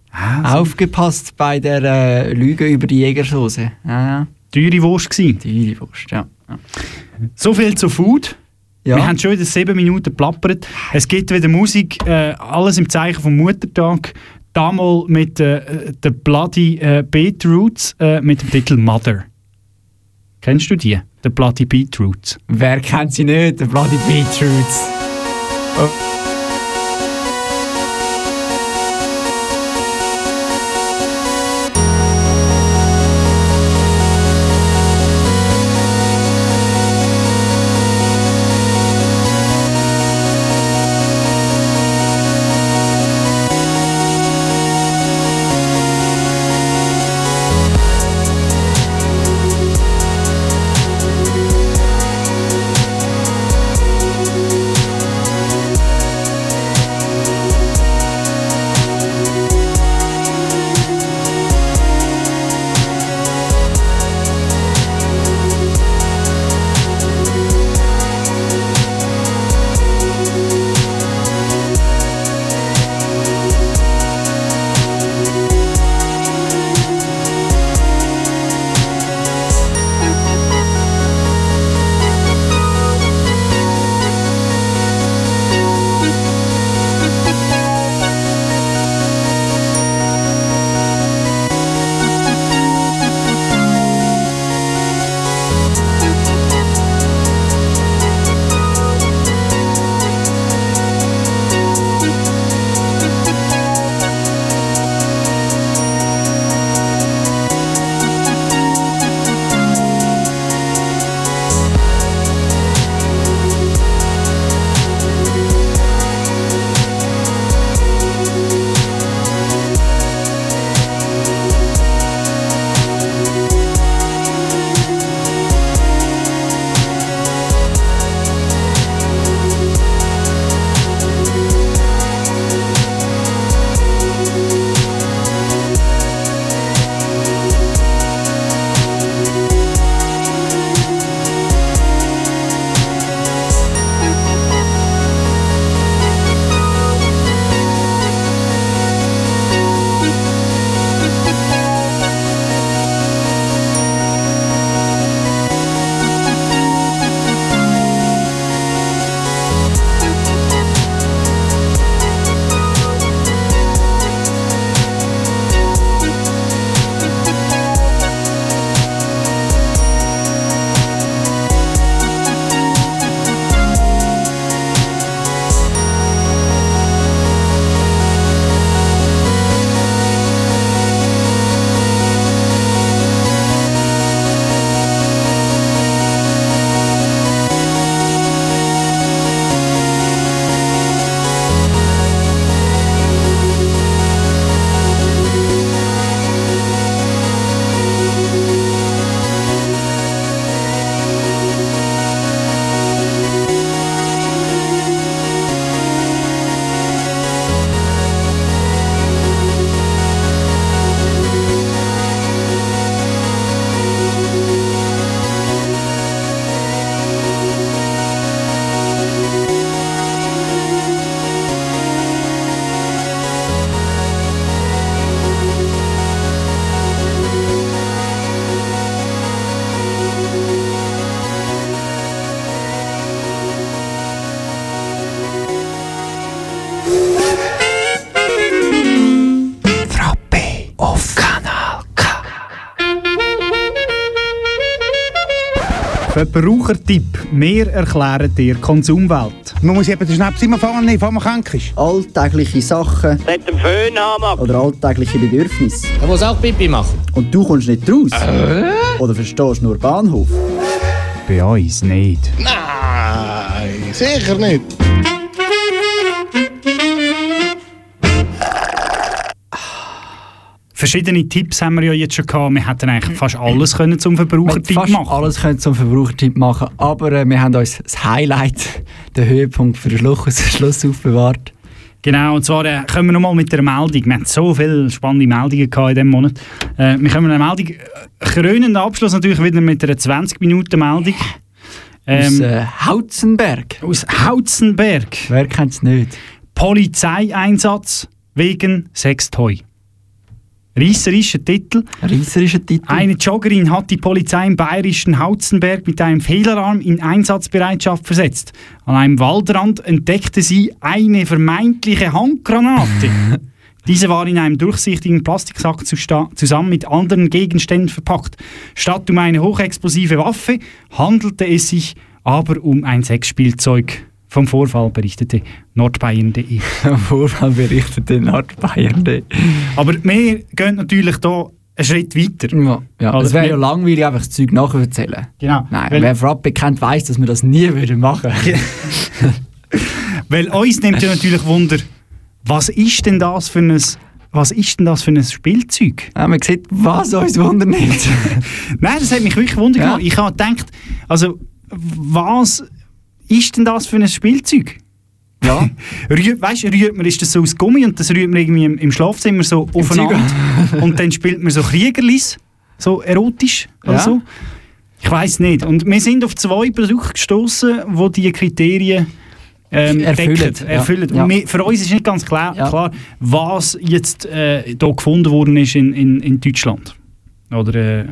B: so.
F: Aufgepasst bei der äh, Lüge über die Jägersauce. Ja, ja.
B: Teure Wurst gewesen.
F: Teure Wurst, ja.
B: So viel zu Food.
F: Ja.
B: Wir haben schon wieder sieben Minuten plappert. Es gibt wieder Musik, äh, alles im Zeichen vom Muttertag. Damals mit äh, den Bloody äh, Beetroots äh, mit dem Titel Mother. Kennst du die? The Bloody Beetroots.
F: Wer kennt sie nicht? Der Bloody Beetroots. Oh.
G: Thank you
B: Verbrauchertipp. Wir erklären dir die Konsumwelt.
O: Man muss eben den Schnaps immer fangen, bevor man krank ist.
P: Alltägliche Sachen.
L: Mit dem Föhn anmachen.
P: Oder alltägliche Bedürfnisse.
L: Er muss auch Pipi machen.
P: Und du kommst nicht raus. Oder verstehst nur Bahnhof.
B: Bei uns nicht.
C: Nein, sicher nicht.
B: Verschiedene Tipps haben wir ja jetzt schon gehabt. Wir hätten eigentlich fast alles können um zum
F: Wir hätten
B: Verbrauchertipp
F: fast
B: machen
F: alles können zum Verbrauchertipp machen, aber äh, wir haben uns das Highlight, <laughs> den Höhepunkt für <laughs> den Schluss, Schluss aufbewahrt.
B: Genau, und zwar äh, kommen wir nochmal mit der Meldung. Wir hatten so viele spannende Meldungen gehabt in diesem Monat. Äh, wir kommen mit einer Meldung. Krönenden Abschluss natürlich wieder mit einer 20-Minuten-Meldung.
F: Aus, äh, Hautzenberg.
B: Ähm, Aus Hautzenberg.
F: Wer kennt es nicht?
B: Polizeieinsatz wegen Sextoy. Reisserischer Titel.
F: Reisserischer Titel.
B: Eine Joggerin hat die Polizei im bayerischen Hautzenberg mit einem Fehlerarm in Einsatzbereitschaft versetzt. An einem Waldrand entdeckte sie eine vermeintliche Handgranate. Diese war in einem durchsichtigen Plastiksack zusta- zusammen mit anderen Gegenständen verpackt. Statt um eine hochexplosive Waffe handelte es sich aber um ein Sexspielzeug. Vom Vorfall berichtete nordbayern.de.
F: <laughs> Am Vorfall berichtete Nordbayern.de.
B: Aber wir gehen natürlich hier einen Schritt weiter.
F: Ja, ja.
B: Also
F: es wäre
B: wir-
F: ja langweilig, einfach das Zeug nachher erzählen.
B: Genau.
F: Nein,
B: Weil- Genau.
F: wer vorab bekannt weiß, dass wir das nie würden
B: <laughs>
F: machen würden.
B: Weil uns nimmt ja natürlich Wunder, was ist denn das für ein, was ist denn das für ein Spielzeug?
F: Ja, man sieht, was uns Wunder
B: <laughs>
F: nimmt.
B: Nein, das hat mich wirklich Wunder genommen. Ich habe gedacht, also, was ist denn das für ein Spielzeug?
F: Ja.
B: Rührt, weißt, rührt man, ist das so aus Gummi und das rührt man irgendwie im, im Schlafzimmer so aufeinander und dann spielt man so Kriegerlis, so erotisch oder
F: Ja.
B: so. Ich weiß nicht. Und wir sind auf zwei Produkte gestoßen, wo die diese Kriterien ähm,
F: Erfüllen,
B: decken,
F: ja.
B: erfüllen. Und
F: Ja.
B: wir, für uns ist nicht ganz klar,
F: Ja.
B: klar was jetzt äh, da gefunden worden ist in, in, in Deutschland. Oder äh,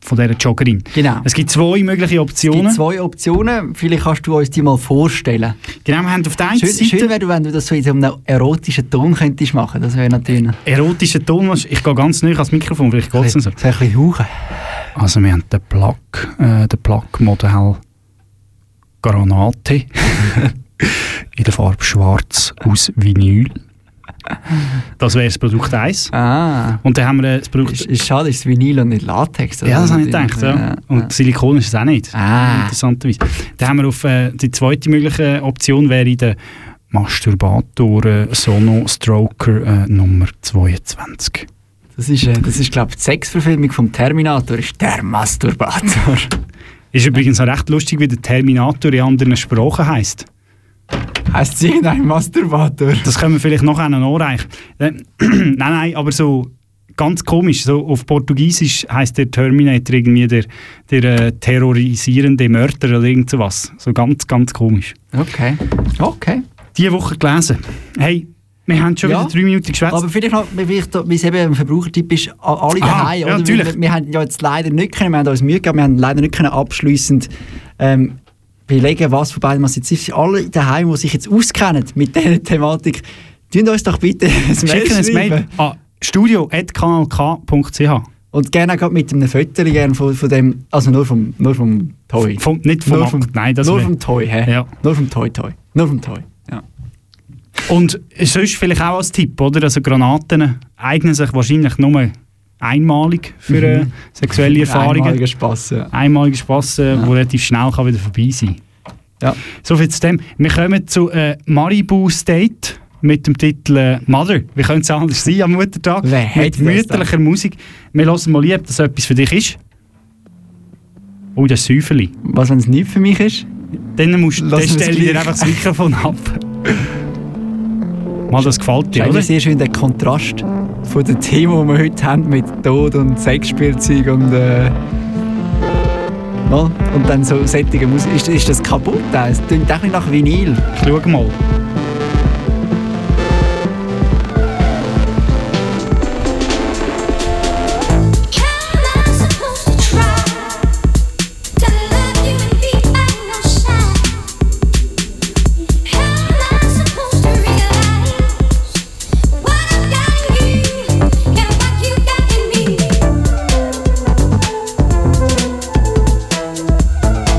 B: von dieser Joggerin.
F: Genau.
B: Es gibt zwei mögliche
F: Es
B: Optionen.
F: gibt zwei Optionen, vielleicht kannst du uns die mal vorstellen.
B: Genau, wir haben auf der einen
F: Schön,
B: Seite...
F: schön wäre, wenn du das so in so einem erotischen Ton könntest machen. Das wäre natürlich...
B: Erotischer Ton, was- ich gehe ganz nah ans Mikrofon, vielleicht geht es nicht so.
F: Soll ich ein bisschen hauchen?
B: Also wir haben den Plug, äh, den Plug-Modell Granate <laughs> in der Farbe schwarz aus Vinyl. Das wäre das Produkt 1.
F: Ah.
B: Und dann haben wir äh, das Produkt...
F: Ist, ist schade, ist es Vinyl und nicht Latex. oder?
B: ja, das habe ich gedacht. Ja. Und Silikon ist es auch nicht.
F: Ah.
B: Interessanterweise. Dann haben wir auf äh, die zweite mögliche Option wäre der Masturbator äh, Sono Stroker äh, Nummer 22.
F: Das ist, äh, das ist glaube ich, die Sexverfilmung vom Terminator. ist der Masturbator. <laughs>
B: Ist übrigens auch recht lustig, wie der Terminator in anderen Sprachen heisst.
F: Heißt es irgendein Masturbator?
B: Das können wir vielleicht noch einen anreichen. Äh, <clears throat> nein, nein, aber so ganz komisch. So auf Portugiesisch heißt der Terminator irgendwie der, der äh, terrorisierende Mörder oder irgend sowas. So ganz, ganz komisch.
F: Okay. Okay.
B: Diese Woche gelesen. Hey, wir haben schon
F: Ja.
B: wieder drei Minuten geschwätzt.
F: Aber vielleicht noch, vielleicht, weil es eben ein Verbrauchertipp ist, a- alle
B: Aha,
F: daheim.
B: Ah, ja,
F: oder?
B: natürlich.
F: Wir, wir haben ja jetzt leider nicht können, wir haben uns Mühe gegeben, wir haben leider nicht können abschliessend ähm, belegen, was von beiden es jetzt ist. Alle daheim, die sich jetzt auskennen mit dieser Thematik, tun uns doch bitte ein Mail
B: Schicken ein Mail
F: schreiben.
B: an studio.kanalk.ch.
F: Und gerne auch gerade mit einem Foto gerne von, von dem, also nur vom, nur vom Toy.
B: Vom- nicht vom
F: nur
B: Akt,
F: vom,
B: nein, das
F: Nur
B: wär-
F: vom Toy, hä?
B: Ja.
F: Nur vom Toy, Toy. Nur vom Toy, ja.
B: Und sonst vielleicht auch als Tipp, oder? Also Granaten eignen sich wahrscheinlich nur einmalig für
F: Mhm.
B: äh,
F: <laughs>
B: sexuelle Erfahrungen.
F: Einmaliger Spass, ja.
B: einmaliger Spass, äh, wo relativ schnell kann wieder vorbei sein
F: Ja.
B: So viel zu dem. Wir kommen zu äh, Maribu State mit dem Titel äh, Mother. Wie könnte es anders sein am Muttertag?
F: Wer
B: mit
F: hätte das
B: mütterlicher Musik. Wir hören mal lieb, dass etwas für dich ist. Oh, das Säuferli.
F: Was, wenn es nicht für mich ist?
B: Dann, musst, dann
F: Lass uns
B: stell dir
F: gleich.
B: einfach das
F: <laughs>
B: Mikrofon ab. Mal, das gefällt dir,
F: Ja,
B: oder?
F: ist sehr schön der Kontrast von den Themen, die wir heute haben mit Tod und Sexspielzeug und äh, ja, und dann so sättige Musik. Ist, ist das kaputt? auch? Es klingt auch ein bisschen nach Vinyl.
B: Schau mal.
H: Thank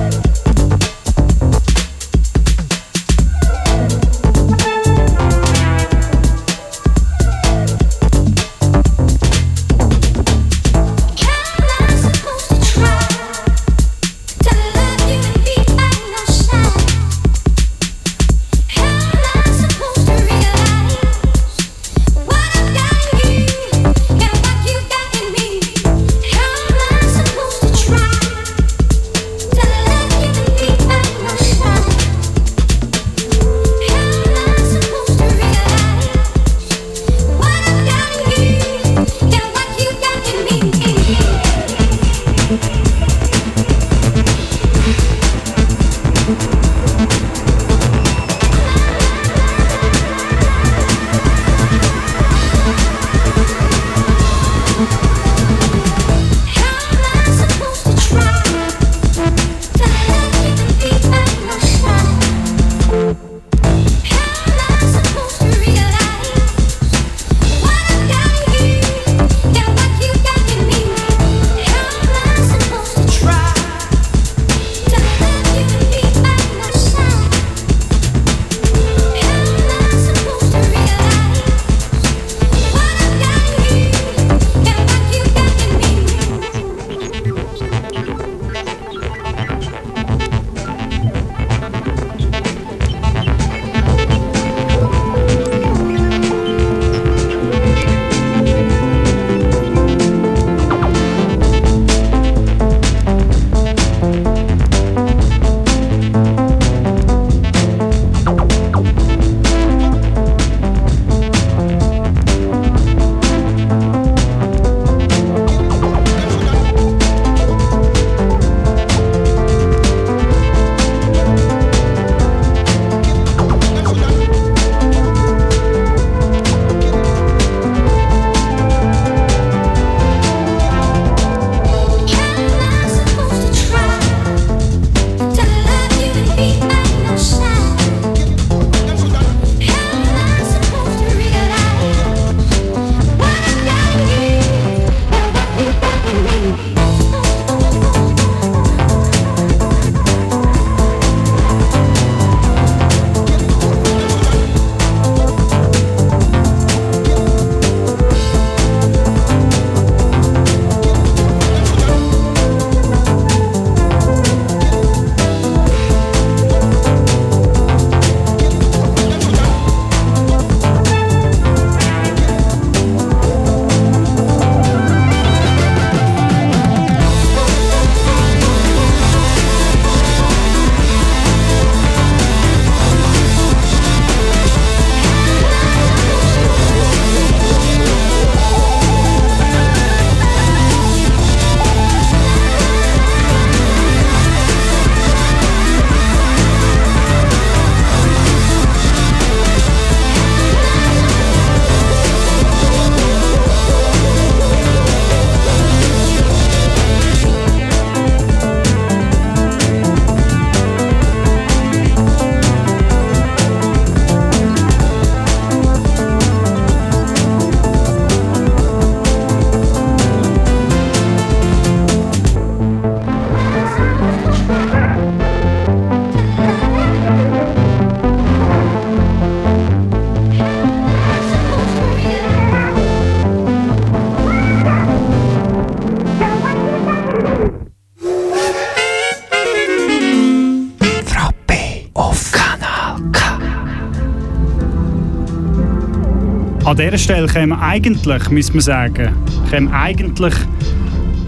B: An dieser Stelle käme eigentlich, müsste man sagen, käme eigentlich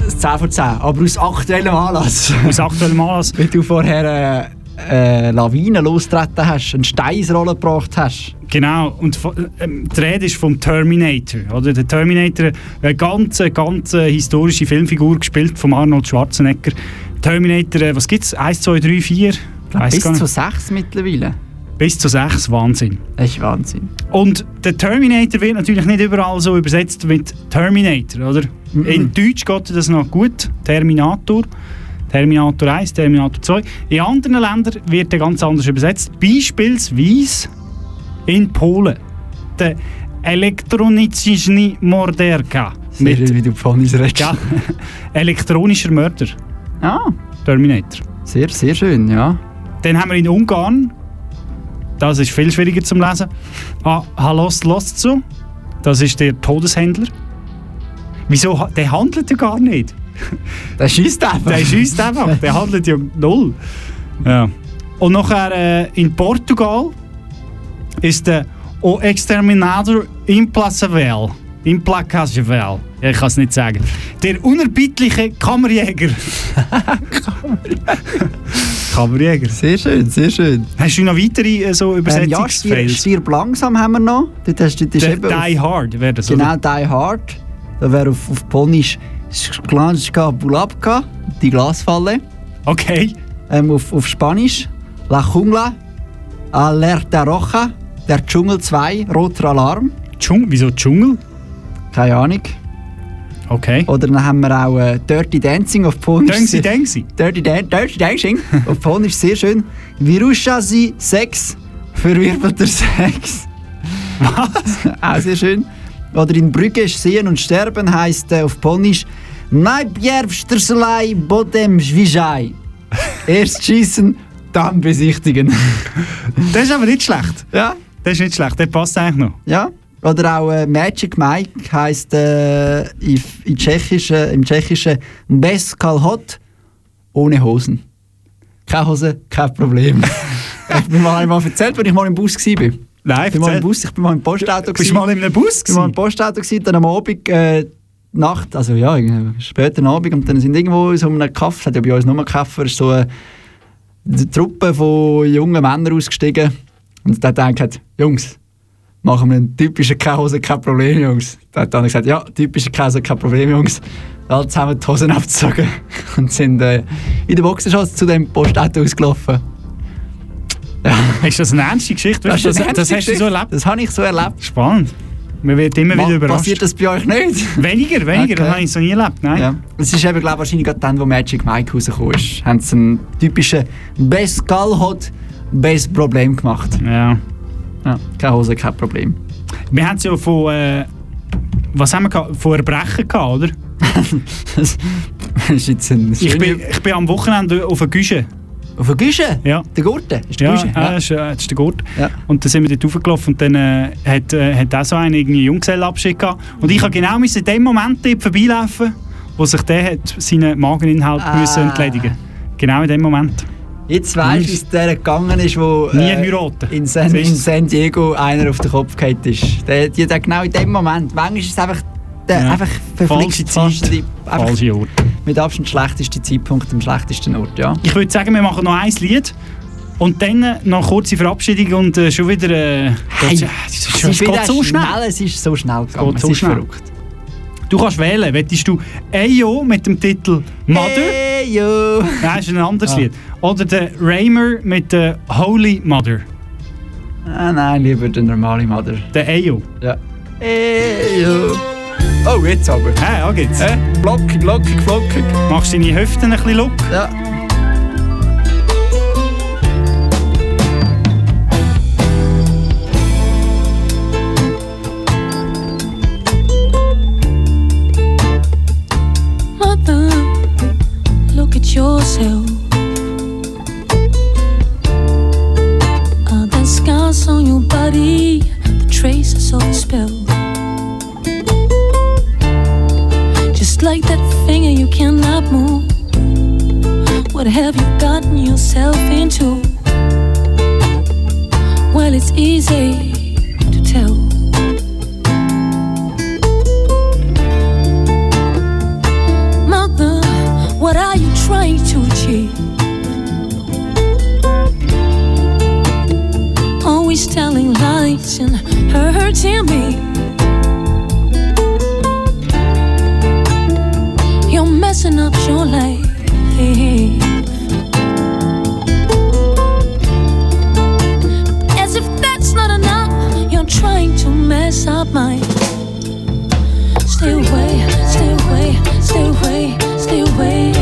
F: 10 von 10, aber aus aktuellem Anlass.
B: <laughs> aus aktuellem Anlass.
F: Weil du vorher äh, äh, Lawinen losgetreten hast, einen Steinsrolle gebracht hast.
B: Genau, und vo- ähm, die Rede ist vom Terminator. Oder? Der Terminator, eine ganz, ganz äh, historische Filmfigur, gespielt von Arnold Schwarzenegger. Terminator, äh, was gibt es? 1, 2, 3, 4?
F: Bis zu 6 mittlerweile.
B: Bis zu 6, Wahnsinn.
F: Das ist Wahnsinn.
B: Und der Terminator wird natürlich nicht überall so übersetzt mit Terminator, oder? In Deutsch geht das noch gut, Terminator. Terminator 1, Terminator 2. In anderen Ländern wird er ganz anders übersetzt. Beispielsweise in Polen. Der Elektroniczny Morderka.
F: Sehr schön, wie du Pfannis redest.
B: Ja, <laughs> elektronischer Mörder.
F: Ah.
B: Terminator.
F: <laughs> Sehr, sehr schön, ja.
B: Dann haben wir in Ungarn, das ist viel schwieriger zum Lesen, ah, Halos Loszu, das ist der Todeshändler. Wieso, ha- der handelt ja gar nicht.
F: Der schießt einfach.
B: Der schießt einfach, der handelt ja null. Ja. Und nachher äh, in Portugal ist der O Exterminator Implacavel. Implacavel. Ja, ich kann es nicht sagen. Der unerbittliche Kammerjäger. <laughs> Kammerjäger.
F: Sehr schön, sehr schön.
B: Hast du noch weitere äh, so
F: Ähm, ja, stirb,
B: Übersetzungsfehls?
F: stirb langsam haben wir noch. Dort hast du dort ist
B: Der
F: eben auf-
B: Die Hard wäre das,
F: Genau,
B: oder?
F: Die Hard. Da wäre auf, auf Polnisch Sklanska Bulabka, die Glasfalle.
B: Okay.
F: Ähm, auf, auf Spanisch La Jungla, Alerta Roja, der Dschungel 2, roter Alarm.
B: Dschung Wieso Dschungel?
F: Keine Ahnung.
B: Okay.
F: Oder dann haben wir auch äh, Dirty Dancing auf Polnisch.
B: Dengsi Dengsi.
F: Dirty, Dan Dirty <laughs> Dancing auf Polnisch, sehr schön. Virushasi Sex, verwirbelter Sex. Was? <laughs> auch sehr schön. Oder in Brügge Sehen und Sterben heisst äh, auf Polnisch Najpierw Strzelaj, potem <laughs> Zwijaj. Erst schießen, dann besichtigen.
B: Das ist aber nicht schlecht.
F: Ja.
B: Das ist nicht schlecht, der passt eigentlich noch.
F: Ja. Oder auch äh, Magic Mike heisst äh, in, in Tschechischen, im Tschechischen Bez Kalhot ohne Hosen. Keine Hose, kein
B: <laughs>
F: Problem. ich bin mal einmal erzählt, als ich mal im Bus war.
B: Nein,
F: ich bin mal
B: erzähl.
F: im Bus, ich bin mal im Postauto.
B: Bist du
F: gewesen.
B: mal in einem Bus?
F: Ich bin mal im Postauto, gewesen, dann am Abend, äh, Nacht, also ja, irgendwie später am Abend, und dann sind irgendwo in so einem Kaffee, hat ja bei uns nur einen Kaffee, ist so eine, eine Truppe von jungen Männern ausgestiegen. Und dann denkt Jungs, machen wir einen typischen Käse, kein Problem, Jungs. Dann hat der andere gesagt, ja, typischer Käse, kein Problem, Jungs. Alle zusammen die Hosen abgezogen <laughs> und sind äh, in der Boxershorts zu dem Postauto ausgelaufen.
B: Ist das eine ernste Geschichte? Weißt du,
F: Das ist eine
B: das
F: ernste
B: hast du so
F: Geschichte.
B: erlebt?
F: Das habe ich so erlebt.
B: Spannend. Man wird immer
F: Ma-
B: wieder überrascht.
F: Passiert das bei euch nicht?
B: Weniger, weniger.
F: Okay.
B: Das habe ich so nie erlebt. Nein.
F: Ja. Es ist eben, glaube ich, wahrscheinlich gerade dann, wo Magic Mike rausgekommen ist, haben sie einen typischen «Best Skull hat, best Problem» gemacht.
B: Ja.
F: ja. Keine Hose, kein Problem. <laughs>
B: Wir haben es ja von. Äh, was haben wir gehabt? Von Erbrechen gehabt, oder?
F: das ist jetzt ein
B: Ich bin, ich bin am Wochenende auf der Güsche.
F: Auf der Güsche?
B: Ja.
F: Der Gurte? Ist der
B: Ja,
F: Gurte?
B: ja. Äh, ist, äh, das ist der Gurt.
F: Ja.
B: Und dann sind wir dort hochgelaufen und dann äh, hat, äh, hat auch so einer irgendwie Junggesellenabschied gehabt. Und ich habe genau müssen in dem Moment dort vorbeilaufen, wo sich der hat seinen Mageninhalt
F: Ah.
B: müssen entledigen Genau in dem Moment.
F: Jetzt weißt du, wie es der gegangen ist, wo äh,
B: Nie heiraten.
F: in, San,
B: Siehst
F: in
B: du?
F: San Diego einer auf den Kopf gefallen ist. Der, die, der genau in dem Moment. Manchmal ist es einfach, der,
B: Ja.
F: einfach
B: Falsche
F: verflixt fast
B: Zeit,
F: die- einfach
B: falsche Ort.
F: mit Abstand schlechteste Zeitpunkt am schlechtesten Ort, ja.
B: Ich würde sagen, wir machen noch ein Lied und dann äh, noch kurze Verabschiedung und äh, schon wieder. Äh, geht's- äh, es ist- es geht so schnell.
F: Es ist so schnell gegangen.
B: geht
F: Es
B: so
F: ist
B: schnell.
F: verrückt.
B: Du kannst wählen. Wettest du Ayo mit dem Titel Mother?
F: Ayo!
B: Nein, das ist ein anderes
F: Ah.
B: Lied. Oder der Raymer mit der Holy Mother.
F: Ah, nein, lieber der normale Mother.
B: Der Ayo.
F: Ja. Ayo! Oh, jetzt aber.
B: Hä, auch geht's.
F: Hä? Blockig, blockig, blockig.
B: Machst deine Hüften ein bisschen look?
F: Ja.
Q: Mother, look at yourself. All the scars on your body, the traces of the spell. Just like that finger you cannot move. What have you gotten yourself into? Well, it's easy to tell. trying to achieve. Always telling lies and hurting me. You're messing up your life. As if that's not enough, you're trying to mess up mine. Stay away, stay away, stay away, stay away.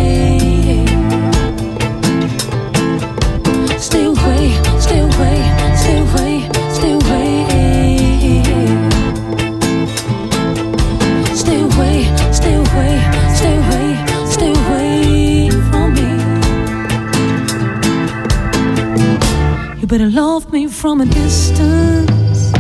Q: Stay away, stay away, stay away, stay away. Stay away, stay away, stay away, stay away from me. You better love me from a distance.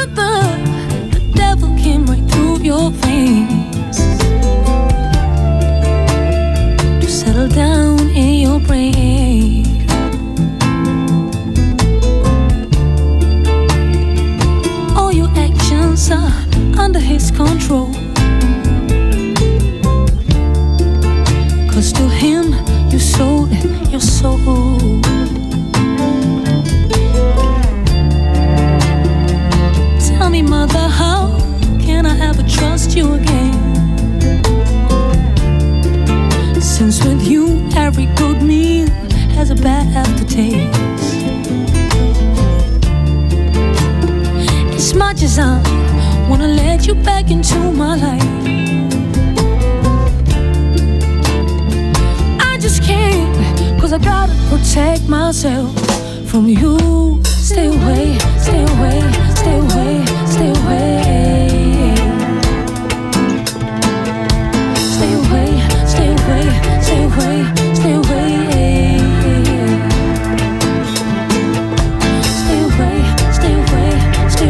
Q: Other, the devil came right through your veins. You settle down in your brain. All your actions are under his control. Cause to him you sold your soul. Tell me, mother, how can I ever trust you again? Since with you, every good meal has a bad aftertaste. As much as I wanna let you back into my life, I just can't, cause I gotta protect myself from you. Stay away, stay away, stay away, stay away. Stay away, stay away, stay away, stay away. Stay away, stay away, stay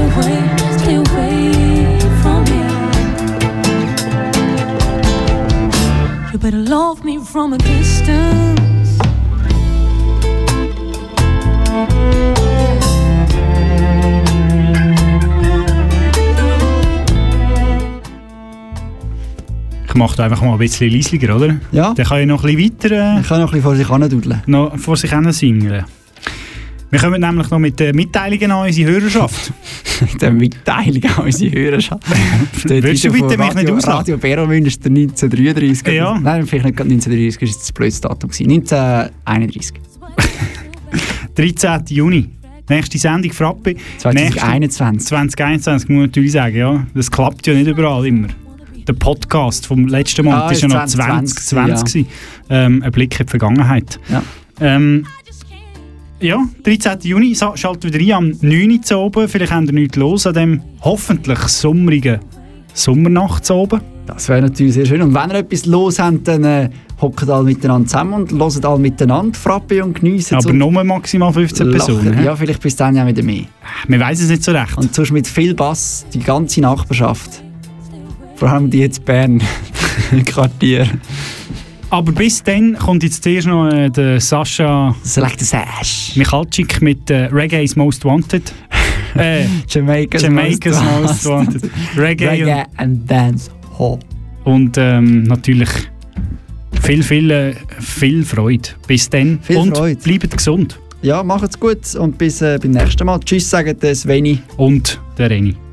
Q: away, stay away from me. You better love me from a distance.
B: Ich mache da einfach mal ein bisschen leisiger, oder? Ja. Dann kann ich noch ein bisschen weiter... Äh, ich kann noch ein bisschen vor sich hindudeln. Noch vor sich hinsingen. Wir kommen nämlich noch mit äh, Mitteilungen an unsere <laughs> Hörerschaft.
F: Mit der Mitteilung an unsere <laughs> Hörerschaft.
B: Willst du bitte mich nicht auslachen?
F: Radio Beromünster 1933.
B: Ja.
F: Nein, vielleicht nicht gerade 1933, das war das blödste Datum. gewesen. 1931.
B: 13. Juni. Nächste Sendung, Frappe.
F: 2021.
B: 2021, muss man natürlich sagen, ja. Das klappt ja nicht überall immer. Der Podcast vom letzten Monat
F: Ah,
B: war ja noch
F: 2020,
B: 2020. 20, ähm, ein Blick in die Vergangenheit.
F: Ja.
B: Ähm, ja, 13. Juni, sa- schaltet wieder ein am 9. Uhr zu oben. Vielleicht habt ihr nichts los an dem hoffentlich sommerigen Sommernacht zu oben.
F: Das wäre natürlich sehr schön. Und wenn ihr etwas los habt, dann äh, hockt alle miteinander zusammen und hört alle miteinander Frappe und geniessen
B: Aber nur maximal 15 Personen.
F: Ja, vielleicht bis dann ja wieder mehr.
B: Wir wissen es nicht so recht.
F: Und sonst mit viel Bass die ganze Nachbarschaft. Vor allem die jetzt
B: <laughs>
F: Bern. im Quartier.
B: Aber bis dann kommt jetzt zuerst noch äh, der Sascha.
F: Select Sash.
B: Michalczyk mit äh, Reggae's
F: <laughs>
B: Most Wanted. äh,
F: Jamaica's,
B: Jamaica's Most,
F: Most
B: Wanted. Reggae,
F: Reggae and Dance Hall.
B: Und ähm, natürlich viel, viel, äh, viel Freude. Bis dann.
F: Viel
B: und
F: Freude.
B: bleibt gesund.
F: Ja, macht's gut und bis äh, beim nächsten Mal. Tschüss, sagen der Sveni.
B: Und der Reni.